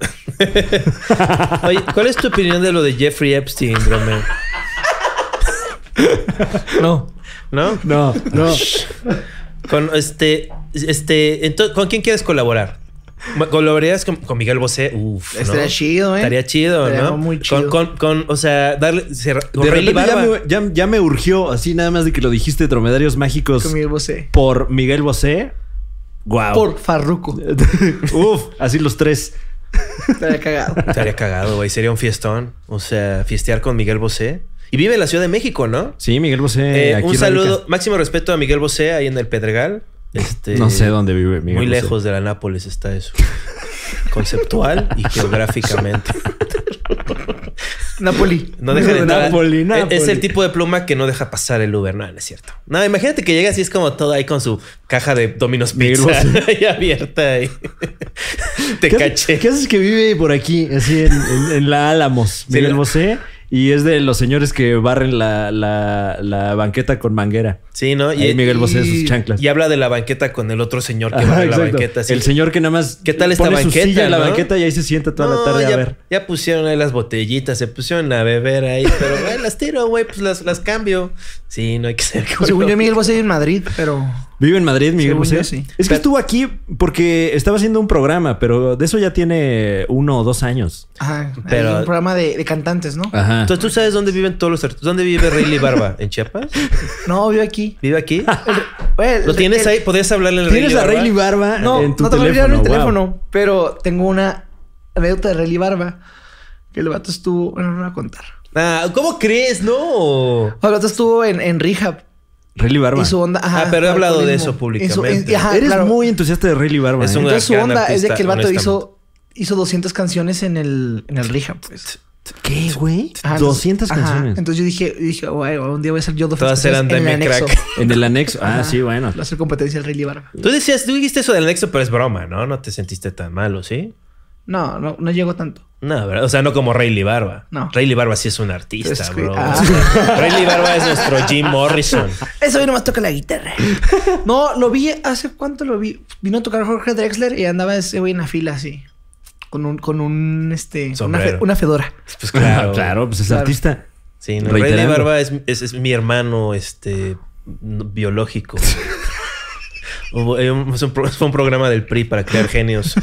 Speaker 1: Oye, ¿cuál es tu opinión de lo de Jeffrey Epstein, Dromé? No. ¿No?
Speaker 2: No, no.
Speaker 1: Con este, este, ento- ¿con quién quieres colaborar? Ma- ¿Colaborarías con, con Miguel Bosé? Uf, ¿no?
Speaker 3: Estaría chido, ¿eh?
Speaker 1: Estaría chido,
Speaker 3: Estaría
Speaker 1: ¿no?
Speaker 3: muy
Speaker 1: Con-
Speaker 3: chido.
Speaker 1: Con, con, o sea, darle, cerra- con
Speaker 2: De
Speaker 1: Rayleigh
Speaker 2: repente ya
Speaker 1: Barba.
Speaker 2: me, ya, ya me urgió, así nada más de que lo dijiste, Dromedarios Mágicos
Speaker 3: Con Miguel Bosé.
Speaker 2: por Miguel Bosé. Wow.
Speaker 3: E. Por Farruco.
Speaker 2: (laughs) Uf, así los tres.
Speaker 1: (laughs)
Speaker 3: Estaría cagado.
Speaker 1: Estaría cagado, güey. Sería un fiestón. O sea, fiestear con Miguel Bosé. Y vive en la Ciudad de México, ¿no?
Speaker 2: Sí, Miguel Bosé.
Speaker 1: Eh,
Speaker 2: aquí
Speaker 1: un
Speaker 2: radica.
Speaker 1: saludo, máximo respeto a Miguel Bosé ahí en el Pedregal. Este,
Speaker 2: No sé dónde vive Miguel
Speaker 1: Muy
Speaker 2: Bosé.
Speaker 1: lejos de la Nápoles está eso. (laughs) Conceptual y geográficamente.
Speaker 3: Napoli.
Speaker 1: No deja de entrar.
Speaker 2: Napoli,
Speaker 1: Es- Es
Speaker 2: Napoli.
Speaker 1: el tipo de pluma que no deja pasar el Uber. No, no es cierto. No, imagínate que llegas y es como todo ahí con su caja de Domino's
Speaker 2: Miguel
Speaker 1: Pizza (laughs) ahí abierta.
Speaker 2: (laughs)
Speaker 1: y- Te
Speaker 2: ¿Qué,
Speaker 1: caché.
Speaker 2: haces- qué haces que vive por aquí, así en, en- en la Álamos,
Speaker 1: Sí,
Speaker 2: Miguel
Speaker 1: la-
Speaker 2: Bosé? Y es de los señores que barren la, la- la banqueta con manguera.
Speaker 1: Sí, ¿no?
Speaker 2: Ahí
Speaker 1: Y,
Speaker 2: Miguel Bosé de
Speaker 3: y-
Speaker 2: sus chanclas.
Speaker 1: y habla de la banqueta con el otro señor que
Speaker 2: Ajá,
Speaker 1: va a la
Speaker 2: exacto.
Speaker 1: banqueta. así.
Speaker 2: El señor que nada más
Speaker 1: ¿Qué tal esta
Speaker 2: pone su
Speaker 1: banqueta,
Speaker 2: silla en la
Speaker 1: no?
Speaker 2: banqueta y ahí se sienta toda la
Speaker 1: No,
Speaker 2: tarde
Speaker 1: ya,
Speaker 2: a ver.
Speaker 1: ya pusieron ahí las botellitas, se pusieron a beber ahí, pero güey, las tiro, güey, pues las, las cambio. Sí, no hay que ser culo.
Speaker 3: Según yo, Miguel Bosé vive E en Madrid, pero.
Speaker 2: Vive en Madrid, Miguel
Speaker 3: Según
Speaker 2: Bosé.
Speaker 3: yo, sí.
Speaker 2: Es que estuvo aquí porque estaba haciendo un programa, pero de eso ya tiene uno o dos años.
Speaker 3: Ajá.
Speaker 1: Pero- Ah.
Speaker 3: Hay un programa de, de cantantes, ¿no?
Speaker 2: Ajá.
Speaker 1: Entonces, ¿tú sabes dónde viven todos los artistas? ¿Dónde vive Rayleigh Barba? ¿En Chiapas?
Speaker 3: No, vive aquí.
Speaker 1: ¿Vive
Speaker 2: (laughs)
Speaker 1: aquí?
Speaker 3: Oye,
Speaker 1: ¿Lo tienes ahí? ¿Podrías hablarle al
Speaker 2: Tienes a
Speaker 1: Barba?
Speaker 2: Rayleigh Barba
Speaker 3: Ah, No,
Speaker 2: en tu
Speaker 3: no te lo
Speaker 2: teléfono.
Speaker 3: en el
Speaker 2: wow.
Speaker 3: teléfono, pero tengo una anécdota de Rayleigh Barba que el vato estuvo. Bueno, no la voy a contar.
Speaker 1: Ah, ¿cómo crees? No.
Speaker 3: El vato estuvo en, en Rehab
Speaker 2: Rayleigh Barba.
Speaker 3: y su onda.
Speaker 1: Ah, pero he
Speaker 3: su
Speaker 1: hablado de
Speaker 3: alcoholismo.
Speaker 1: eso públicamente.
Speaker 3: Y su- y- ajá,
Speaker 2: Eres
Speaker 3: claro.
Speaker 2: muy entusiasta de Rayleigh Barba.
Speaker 1: Es
Speaker 2: ¿eh?
Speaker 1: un-
Speaker 3: Entonces su
Speaker 1: gran
Speaker 3: onda es de
Speaker 1: artista,
Speaker 3: que el vato hizo,
Speaker 1: honestamente.
Speaker 3: hizo 200 canciones en el, en el Rehab, pues.
Speaker 2: ¿Qué, güey?
Speaker 3: Ajá, Ah, entonces-
Speaker 2: 200
Speaker 3: ajá,
Speaker 2: canciones.
Speaker 3: Entonces yo dije, dije "Guay, un día voy a hacer yo 200
Speaker 1: Todas eran de
Speaker 3: canciones en
Speaker 1: mi
Speaker 3: el anexo". (laughs)
Speaker 1: crack.
Speaker 2: En el anexo. Ah,
Speaker 3: Ajá.
Speaker 2: sí, bueno.
Speaker 3: Voy a hacer competencia al Rayleigh Barba.
Speaker 1: Tú decías, tú dijiste eso del anexo, pero es broma, ¿no? No te sentiste tan malo, ¿sí?
Speaker 3: No, no, no llegó tanto.
Speaker 1: No, ¿verdad? O sea, no como Rayleigh Barba.
Speaker 3: No.
Speaker 1: Rayleigh Barba sí es un artista,
Speaker 3: Es que-
Speaker 1: bro.
Speaker 3: ah.
Speaker 1: O (laughs) sea, Rayleigh Barba es nuestro Jim Morrison.
Speaker 3: Eso hoy nomás toca
Speaker 1: (laughs)
Speaker 3: la guitarra. No, lo vi hace cuánto lo vi. Vino a tocar Jorge Drexler y andaba ese güey en la fila así. Con un, con un este. una fe-
Speaker 1: Sombrero.
Speaker 3: Una, fedora.
Speaker 1: Pues claro.
Speaker 2: Ah, claro, pues es
Speaker 3: Claro.
Speaker 2: artista.
Speaker 1: Sí, no,
Speaker 2: Reiterando.
Speaker 1: Rayleigh Barba es, es- es mi hermano este no-
Speaker 2: (laughs)
Speaker 1: biológico. Hubo- eh, un- es un pro- fue un programa del PRI para crear
Speaker 2: (laughs)
Speaker 1: genios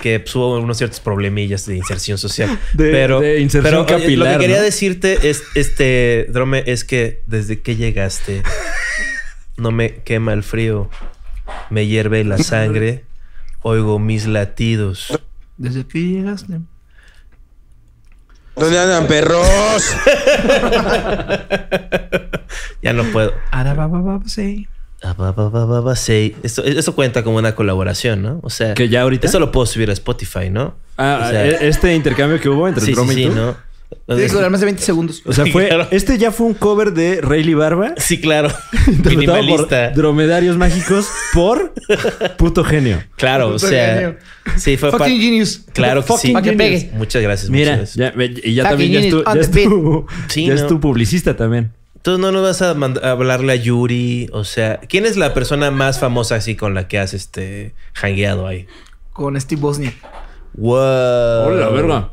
Speaker 1: que pues, hubo unos ciertos problemillas de inserción social.
Speaker 2: De-
Speaker 1: pero,
Speaker 2: de inserción
Speaker 1: pero, oye,
Speaker 2: capilar,
Speaker 1: Lo que quería
Speaker 2: ¿no?
Speaker 1: decirte es, este, Drome, es que desde que llegaste no me quema el frío, me hierve la sangre, oigo mis latidos.
Speaker 3: Desde que llegaste.
Speaker 5: ¿Dónde andan, perros?
Speaker 1: Ya no puedo.
Speaker 3: Ahora va, va, va, sí.
Speaker 1: Ah, va, va, va, va, va, sí. Eso, eso cuenta como una colaboración, ¿no? O sea,
Speaker 2: Que ya ahorita.
Speaker 1: eso lo puedo subir a Spotify, ¿no?
Speaker 2: Ah,
Speaker 1: O sea,
Speaker 2: e- este intercambio que hubo entre
Speaker 1: sí,
Speaker 2: Roma
Speaker 1: sí,
Speaker 2: y
Speaker 1: sí,
Speaker 2: tú.
Speaker 1: ¿no?
Speaker 3: Tienes que durar más de 20 segundos.
Speaker 2: O sea,
Speaker 1: Sí,
Speaker 2: fue.
Speaker 1: claro.
Speaker 2: Este ya fue un cover de
Speaker 1: (laughs)
Speaker 2: Rayleigh Barba.
Speaker 1: (laughs) Sí, claro.
Speaker 2: (laughs) interpretado
Speaker 1: Minimalista.
Speaker 2: por Dromedarios Mágicos por puto genio.
Speaker 1: Claro, o
Speaker 3: Puto
Speaker 1: sea.
Speaker 3: genio.
Speaker 1: Sí, fue pa-
Speaker 3: Fucking genius.
Speaker 1: Claro que sí.
Speaker 3: Para que
Speaker 2: genius.
Speaker 3: pegue.
Speaker 1: Muchas gracias.
Speaker 2: Mira,
Speaker 1: muchas gracias.
Speaker 2: ya, y ya
Speaker 3: Fucking
Speaker 2: también ya es tu,
Speaker 3: genius on
Speaker 2: ya
Speaker 3: the
Speaker 2: es tu-
Speaker 1: Sí,
Speaker 2: ya es
Speaker 1: no.
Speaker 2: tu publicista también.
Speaker 1: Tú no nos vas a, mand- a hablarle a Yuri. O sea, ¿quién es la persona más famosa así con la que has este hangueado ahí?
Speaker 3: Con Steve Bosnia,
Speaker 1: Wow.
Speaker 2: Hola, verga.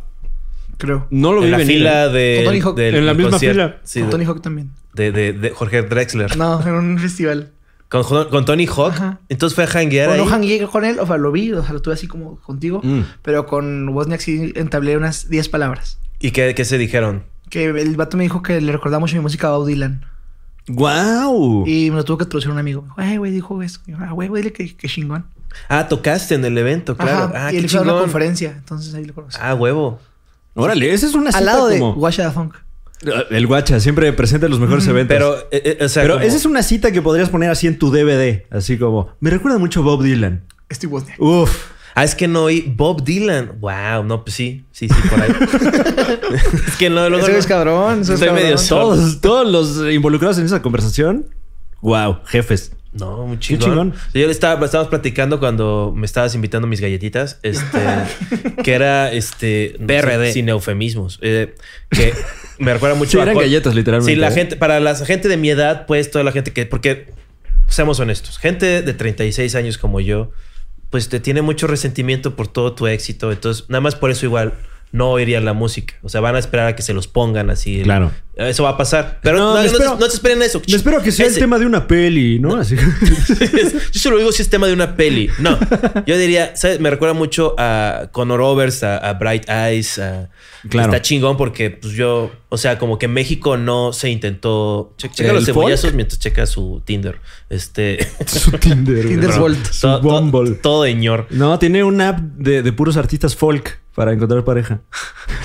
Speaker 3: creo.
Speaker 2: No lo
Speaker 1: En
Speaker 2: vi
Speaker 1: la
Speaker 2: venir.
Speaker 1: fila
Speaker 2: ¿eh?
Speaker 1: de.
Speaker 3: Con Tony Hawk.
Speaker 1: del
Speaker 2: En la misma
Speaker 1: concierto.
Speaker 2: fila.
Speaker 1: Sí,
Speaker 3: con
Speaker 1: de-
Speaker 3: Tony Hawk también.
Speaker 1: de, de- de Jorge Drexler.
Speaker 3: No, en un festival.
Speaker 1: Con, Jo- con Tony Hawk.
Speaker 3: Ajá.
Speaker 1: Entonces fue a
Speaker 3: O
Speaker 1: hanguear
Speaker 3: no
Speaker 1: ahí.
Speaker 3: hangué con él, o sea, lo vi, o sea, lo tuve así como contigo.
Speaker 2: Mm.
Speaker 3: Pero con Bosniak sí entablé unas 10 palabras.
Speaker 1: ¿Y qué, qué se dijeron?
Speaker 3: Que el vato me dijo que le recordaba mucho mi música a Bob Dylan.
Speaker 2: ¡Guau!
Speaker 3: Y me lo tuvo que traducir un amigo. Me dijo, "Ay, güey, dijo eso. Y yo, ah, güey, güey, dile que, que chingón.
Speaker 1: Ah, tocaste en el evento, claro.
Speaker 3: Ajá.
Speaker 1: Ah,
Speaker 3: y
Speaker 1: qué
Speaker 3: él fue a una
Speaker 1: chingón.
Speaker 3: conferencia. Entonces ahí lo conocí.
Speaker 1: Ah, huevo.
Speaker 2: Órale, esa es una cita
Speaker 3: Al lado de
Speaker 2: como-
Speaker 3: Washa Da Funk.
Speaker 2: El guacha siempre presenta los mejores eventos.
Speaker 1: Pero, eh, eh, o sea,
Speaker 2: Pero
Speaker 1: como-
Speaker 2: esa es una cita que podrías poner así en tu DVD. Así como, me recuerda mucho a Bob Dylan.
Speaker 3: Steve Wozniak.
Speaker 2: Uf.
Speaker 1: Ah, es que no oí Bob Dylan. Wow, no, pues sí, sí, sí,
Speaker 3: (laughs)
Speaker 1: por ahí. es que no, luego.
Speaker 3: Ese
Speaker 1: no-
Speaker 3: es cabrón. ese es
Speaker 1: Estoy
Speaker 3: cabrón.
Speaker 1: medio solo.
Speaker 2: Todos, todos los involucrados en esa conversación. Wow, jefes.
Speaker 1: No, muy chingón.
Speaker 2: chingón.
Speaker 1: Yo le estaba, estábamos platicando cuando me estabas invitando mis galletitas,
Speaker 3: (laughs)
Speaker 1: este, que era este PRD. Sin, eufemismos. eh, que me recuerda mucho
Speaker 2: Sí, eran
Speaker 1: cua-
Speaker 2: galletas, literalmente,
Speaker 1: Sí, la
Speaker 2: ¿eh?
Speaker 1: gente, para la gente de mi edad, pues, toda la gente que, porque seamos honestos, gente de 36 años como yo, pues te tiene mucho resentimiento por todo tu éxito. Entonces, nada más por eso igual. no oirían la música. O sea, van a esperar a que se los pongan así.
Speaker 2: Claro.
Speaker 1: Eso va a pasar. Pero
Speaker 2: No,
Speaker 1: no, no,
Speaker 2: le espero-
Speaker 1: no se- no se esperen eso.
Speaker 2: Le espero que sea
Speaker 1: Ese.
Speaker 2: el tema de una peli, ¿no?
Speaker 1: (laughs)
Speaker 2: Así.
Speaker 1: Yo se lo digo si es tema de una peli. No, yo diría, ¿sabes? Me recuerda mucho a Conor Roberts, a, a Bright Eyes. a-
Speaker 2: Claro.
Speaker 1: Está chingón porque pues yo, o sea, como que México no se intentó. Che- checa
Speaker 2: ¿El
Speaker 1: los cebollazos
Speaker 2: folk?
Speaker 1: mientras checa su Tinder. Este.
Speaker 2: (laughs)
Speaker 1: (laughs)
Speaker 2: Su Tinder. güey.
Speaker 3: Tinder
Speaker 2: No.
Speaker 3: Volt.
Speaker 2: Su
Speaker 1: todo, todo-
Speaker 2: Bumble.
Speaker 1: todo de ñor.
Speaker 2: No, tiene una app de, de puros artistas folk para encontrar pareja.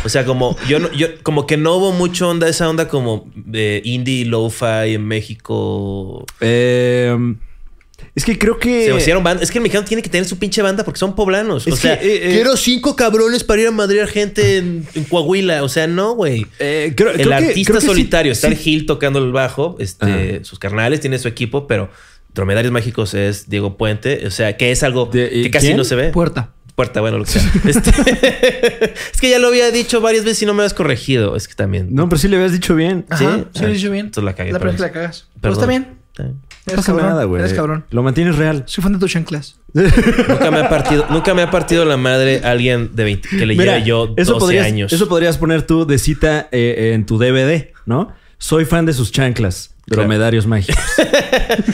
Speaker 1: O sea, como yo, no- yo como que no hubo mucho onda, esa onda como de indie, lo-fi en México.
Speaker 2: Eh, es que creo que.
Speaker 1: Se hicieron bandas. Es que el mexicano tiene que tener su pinche banda porque son poblanos.
Speaker 2: Es
Speaker 1: o
Speaker 2: que,
Speaker 1: sea,
Speaker 2: eh, eh,
Speaker 1: quiero cinco cabrones para ir a madrear gente en, en Coahuila. O sea, no, güey.
Speaker 2: Eh, creo- creo
Speaker 1: El
Speaker 2: que-
Speaker 1: artista
Speaker 2: creo que sí-
Speaker 1: solitario. está
Speaker 2: sí.
Speaker 1: el Gil tocando el bajo. Este, sus carnales, tiene su equipo, pero Dromedarios Mágicos es Diego Puente. O sea, que es algo
Speaker 2: De- eh,
Speaker 1: que casi
Speaker 2: ¿quién?
Speaker 1: no se ve.
Speaker 3: Puerta.
Speaker 1: Puerta, bueno, lo
Speaker 2: (laughs)
Speaker 1: que sea. Este, (laughs) es que ya lo había dicho varias veces y no me habías corregido. Es que también.
Speaker 2: No, pero sí le habías dicho bien.
Speaker 1: ¿Sí?
Speaker 3: Ajá, sí,
Speaker 1: Ah,
Speaker 3: lo hice bien.
Speaker 1: entonces la cagué,
Speaker 3: La primera vez que la
Speaker 1: perdón.
Speaker 3: cagas. Pero
Speaker 2: pues,
Speaker 1: Perdón.
Speaker 3: está bien.
Speaker 1: Está bien.
Speaker 2: No
Speaker 3: Eres
Speaker 2: pasa
Speaker 3: cabrón,
Speaker 2: nada, güey.
Speaker 3: Eres cabrón.
Speaker 2: Lo mantienes real.
Speaker 3: Soy fan de tus chanclas.
Speaker 1: Nunca me ha partido, nunca me ha partido la madre alguien de 20 que leyera
Speaker 2: Mira,
Speaker 1: yo 12
Speaker 2: eso podrías,
Speaker 1: años.
Speaker 2: Eso podrías poner tú de cita eh, en tu DVD, ¿no? Soy fan de sus chanclas,
Speaker 1: Claro.
Speaker 2: dromedarios mágicos. (laughs)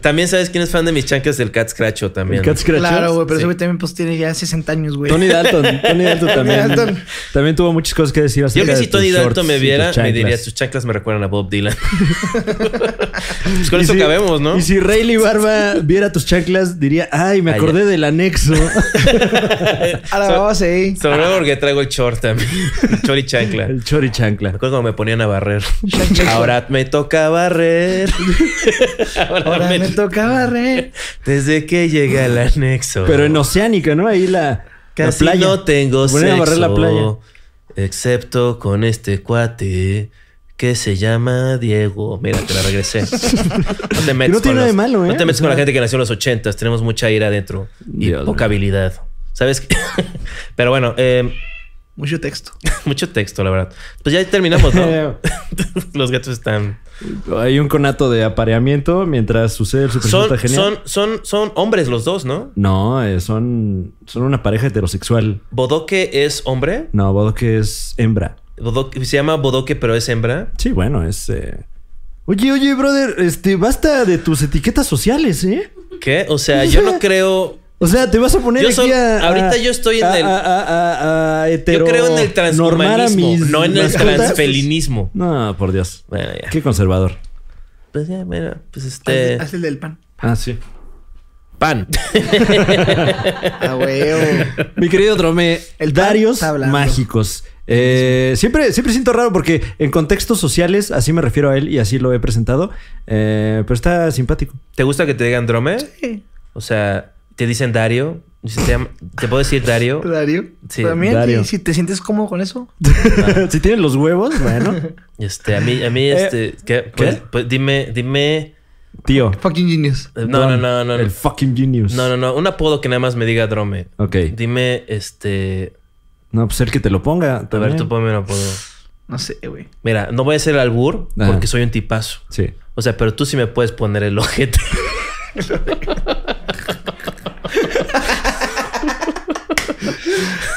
Speaker 1: También sabes quién es fan de mis chancas del Cat Scratcho también.
Speaker 2: El Cat Scratchers.
Speaker 3: Claro, güey, pero
Speaker 1: Sí.
Speaker 3: ese güey también pues tiene ya 60 años, güey.
Speaker 2: (laughs) Tony Dalton, Tony Dalton también.
Speaker 3: Dalton.
Speaker 2: También tuvo muchas cosas que decir
Speaker 1: Yo
Speaker 2: acerca
Speaker 1: que
Speaker 2: de
Speaker 1: si
Speaker 2: tus
Speaker 1: Tony Dalton
Speaker 2: shorts y
Speaker 1: me
Speaker 2: tus
Speaker 1: viera, me
Speaker 2: chanclas.
Speaker 1: diría sus chanclas me recuerdan a Bob
Speaker 2: (laughs)
Speaker 1: Dylan. pues con
Speaker 2: Y
Speaker 1: eso
Speaker 2: si-
Speaker 1: cabemos, ¿no?
Speaker 2: Y si Rayleigh Barba viera tus chanclas, diría, ay, me
Speaker 1: Ay,
Speaker 2: acordé del anexo.
Speaker 3: A la
Speaker 1: So-
Speaker 3: baba, sí.
Speaker 1: Sobre todo porque traigo el short también. (laughs) El Chori chancla. Me
Speaker 2: (laughs) El chori chancla.
Speaker 1: acuerdo cuando me ponían a barrer.
Speaker 3: Chanclas.
Speaker 1: Ahora me toca barrer. (laughs) Ahora,
Speaker 3: Ahora
Speaker 1: me
Speaker 3: me toca barrer.
Speaker 1: Desde que llega el anexo.
Speaker 2: Pero en Oceánica, ¿no? Ahí la, la
Speaker 1: Casi
Speaker 2: playa. (laughs)
Speaker 1: no tengo
Speaker 2: Ponen
Speaker 1: sexo.
Speaker 2: a barrer la playa.
Speaker 1: Excepto con este cuate que se llama Diego. Mira, te la
Speaker 2: (laughs)
Speaker 1: regresé. No te metes,
Speaker 2: no tiene
Speaker 1: con,
Speaker 2: nada
Speaker 1: los-
Speaker 2: de malo, ¿eh?
Speaker 1: no te metes
Speaker 2: O sea-
Speaker 1: con la gente que nació en los ochentas. Tenemos mucha ira adentro y
Speaker 2: Dios
Speaker 1: poca
Speaker 2: mío.
Speaker 1: habilidad. ¿Sabes? qué? (laughs) Pero bueno, eh, (laughs)
Speaker 3: Mucho texto.
Speaker 1: mucho texto, la verdad. Pues ya terminamos, ¿no? (laughs)
Speaker 2: (laughs) Eh,
Speaker 1: los gatos están...
Speaker 2: Hay un conato de apareamiento mientras sucede el
Speaker 1: Son,
Speaker 2: supercita genial.
Speaker 1: son, son, son hombres los dos, ¿no?
Speaker 2: No, eh, son, son una pareja heterosexual.
Speaker 1: Bodoque es hombre.
Speaker 2: No, Bodoque es hembra.
Speaker 1: Bodoque- se llama Bodoque, pero es hembra.
Speaker 2: Sí, bueno, es. eh, Oye, oye, brother, este, basta de tus etiquetas sociales, ¿eh?
Speaker 1: ¿Qué? O sea, yo
Speaker 2: (laughs)
Speaker 1: no creo...
Speaker 2: O sea, te vas a poner
Speaker 1: Yo
Speaker 2: aquí
Speaker 1: soy-
Speaker 2: a-
Speaker 1: ahorita
Speaker 2: a-
Speaker 1: yo estoy en
Speaker 2: a-
Speaker 1: el-
Speaker 2: a- a- a- a
Speaker 1: Yo
Speaker 2: hetero-
Speaker 1: creo en el
Speaker 2: normar a
Speaker 1: transhumanismo,
Speaker 2: mis
Speaker 1: no en el
Speaker 2: mascotas.
Speaker 1: transfelinismo.
Speaker 2: No, por Dios.
Speaker 1: Bueno, ya.
Speaker 2: Qué conservador.
Speaker 1: Pues ya, mira, pues este.
Speaker 3: Haz haz el del pan.
Speaker 2: Ah, sí.
Speaker 1: Pan.
Speaker 3: Ah, güey.
Speaker 1: (laughs)
Speaker 2: Mi querido Dromé,
Speaker 3: El pan
Speaker 2: Darios
Speaker 3: está hablando.
Speaker 2: mágicos. Eh, siempre, siempre siento raro porque en contextos sociales así me refiero a él y así lo he presentado. Eh, pero
Speaker 1: (laughs)
Speaker 2: está simpático.
Speaker 1: ¿Te gusta que te digan Drome? O sea, te dicen Dario. Dice, ¿Te, llama- ¿te puedo decir
Speaker 2: (laughs)
Speaker 1: Dario?
Speaker 3: Darío.
Speaker 1: Sí,
Speaker 3: También,
Speaker 2: Darío.
Speaker 3: Si, si te sientes cómodo con eso.
Speaker 2: si tienen los huevos, bueno.
Speaker 1: Este, a mí, a mí,
Speaker 2: Eh,
Speaker 1: este. ¿Qué? Pues, pues, dime, dime. eh,
Speaker 2: Tío.
Speaker 3: Fucking genius.
Speaker 1: No, no,
Speaker 2: Dom,
Speaker 1: no, no.
Speaker 2: El
Speaker 1: No,
Speaker 2: fucking genius.
Speaker 1: no, no. no, Un apodo que nada más me diga Drome.
Speaker 2: Ok.
Speaker 1: Dime, este.
Speaker 2: No, pues el que te lo ponga.
Speaker 1: A
Speaker 2: también.
Speaker 1: ver, tú ponme un apodo.
Speaker 3: No sé, güey.
Speaker 1: Mira, no voy a ser el albur
Speaker 2: Ajá.
Speaker 1: porque soy un tipazo.
Speaker 2: Sí.
Speaker 1: O sea, pero tú sí me puedes poner el (laughs) ojete.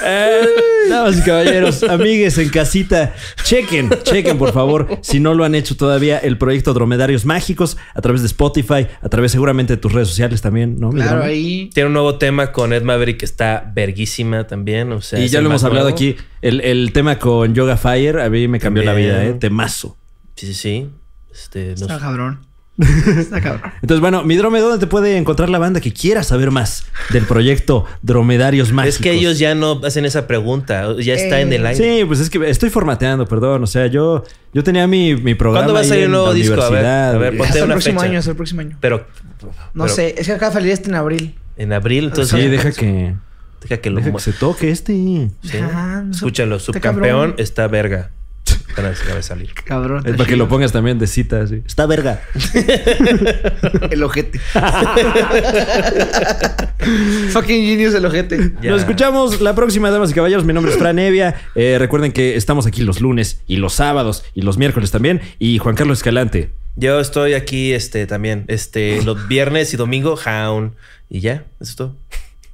Speaker 2: Eh, Damas y caballeros, amigues en casita, chequen, chequen por favor, si no lo han hecho todavía, el proyecto Dromedarios Mágicos a través de Spotify, a través seguramente de tus redes sociales también, ¿no? mi
Speaker 3: Claro,
Speaker 2: Drome?
Speaker 3: ahí.
Speaker 1: Tiene un nuevo tema con Ed Maverick que está verguísima también. O sea,
Speaker 2: Y
Speaker 1: es
Speaker 2: ya
Speaker 1: el
Speaker 2: lo
Speaker 1: más
Speaker 2: hemos hablado
Speaker 1: nuevo.
Speaker 2: aquí, el, el tema con Yoga Fire a mí me cambió la vida, ¿eh?
Speaker 1: También.
Speaker 2: Temazo.
Speaker 1: Sí, sí, sí. Este, nos- (laughs)
Speaker 3: Está cabrón. Está cabrón.
Speaker 2: Entonces, bueno, mi Drome, ¿dónde te puede encontrar la banda que quiera saber más del proyecto Dromedarios Mágicos?
Speaker 1: Es que ellos ya no hacen esa pregunta. Ya está
Speaker 3: Eh,
Speaker 1: en el aire.
Speaker 2: Sí, pues es que estoy formateando, perdón. O sea, yo, yo tenía mi, mi programa.
Speaker 1: ¿Cuándo va a
Speaker 2: ahí
Speaker 1: salir
Speaker 2: en
Speaker 1: un nuevo
Speaker 2: la
Speaker 1: disco? A ver,
Speaker 2: universidad.
Speaker 1: a ver, ponte-
Speaker 3: Hasta el
Speaker 1: una
Speaker 3: próximo
Speaker 1: fecha.
Speaker 3: año, hasta el próximo año.
Speaker 1: Pero
Speaker 3: No
Speaker 1: pero-
Speaker 3: sé, es que acá de salir este en abril.
Speaker 1: en abril, entonces.
Speaker 2: Sí, deja que,
Speaker 1: deja que lo
Speaker 2: deja que
Speaker 1: mu-
Speaker 2: se toque este.
Speaker 1: sí.
Speaker 3: Ajá, no sé.
Speaker 1: Escúchalo,
Speaker 3: Está
Speaker 1: subcampeón
Speaker 3: cabrón.
Speaker 1: está verga. Van a van a salir.
Speaker 3: Cabrón.
Speaker 2: Es
Speaker 3: está
Speaker 2: para que
Speaker 3: chido.
Speaker 2: lo pongas también de cita, así. Está verga.
Speaker 3: El
Speaker 1: (laughs)
Speaker 3: ojete. (laughs) Fucking genius el ojete.
Speaker 1: Ya.
Speaker 2: Nos escuchamos la próxima, damas y caballeros. Mi nombre es Fran Evia. Eh, recuerden que estamos aquí los lunes y los sábados y los miércoles también. Y Juan Carlos Escalante.
Speaker 1: Yo estoy aquí este, también. Este, los viernes y domingo, Hound. Y ya, eso es todo.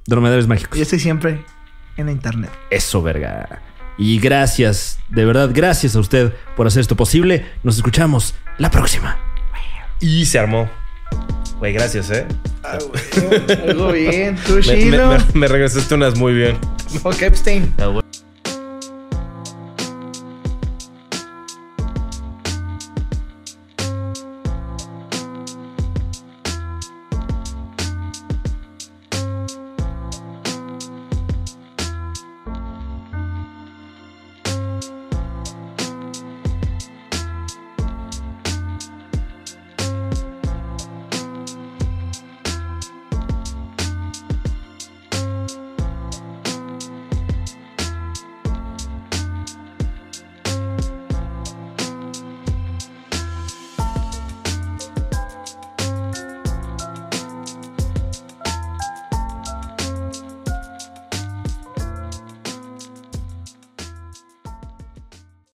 Speaker 2: Dromedarios Mágicos.
Speaker 1: (laughs)
Speaker 3: Yo estoy siempre en la internet.
Speaker 2: Eso, verga. Y gracias, de verdad, gracias a usted por hacer esto posible. Nos escuchamos la próxima.
Speaker 1: Y se armó. Güey, gracias, ¿eh?
Speaker 3: Algo bien, tú,
Speaker 1: Me, me,
Speaker 3: Shiloh.
Speaker 1: me- me regresaste unas muy bien.
Speaker 3: Ok, Epstein.
Speaker 1: Ah, güey.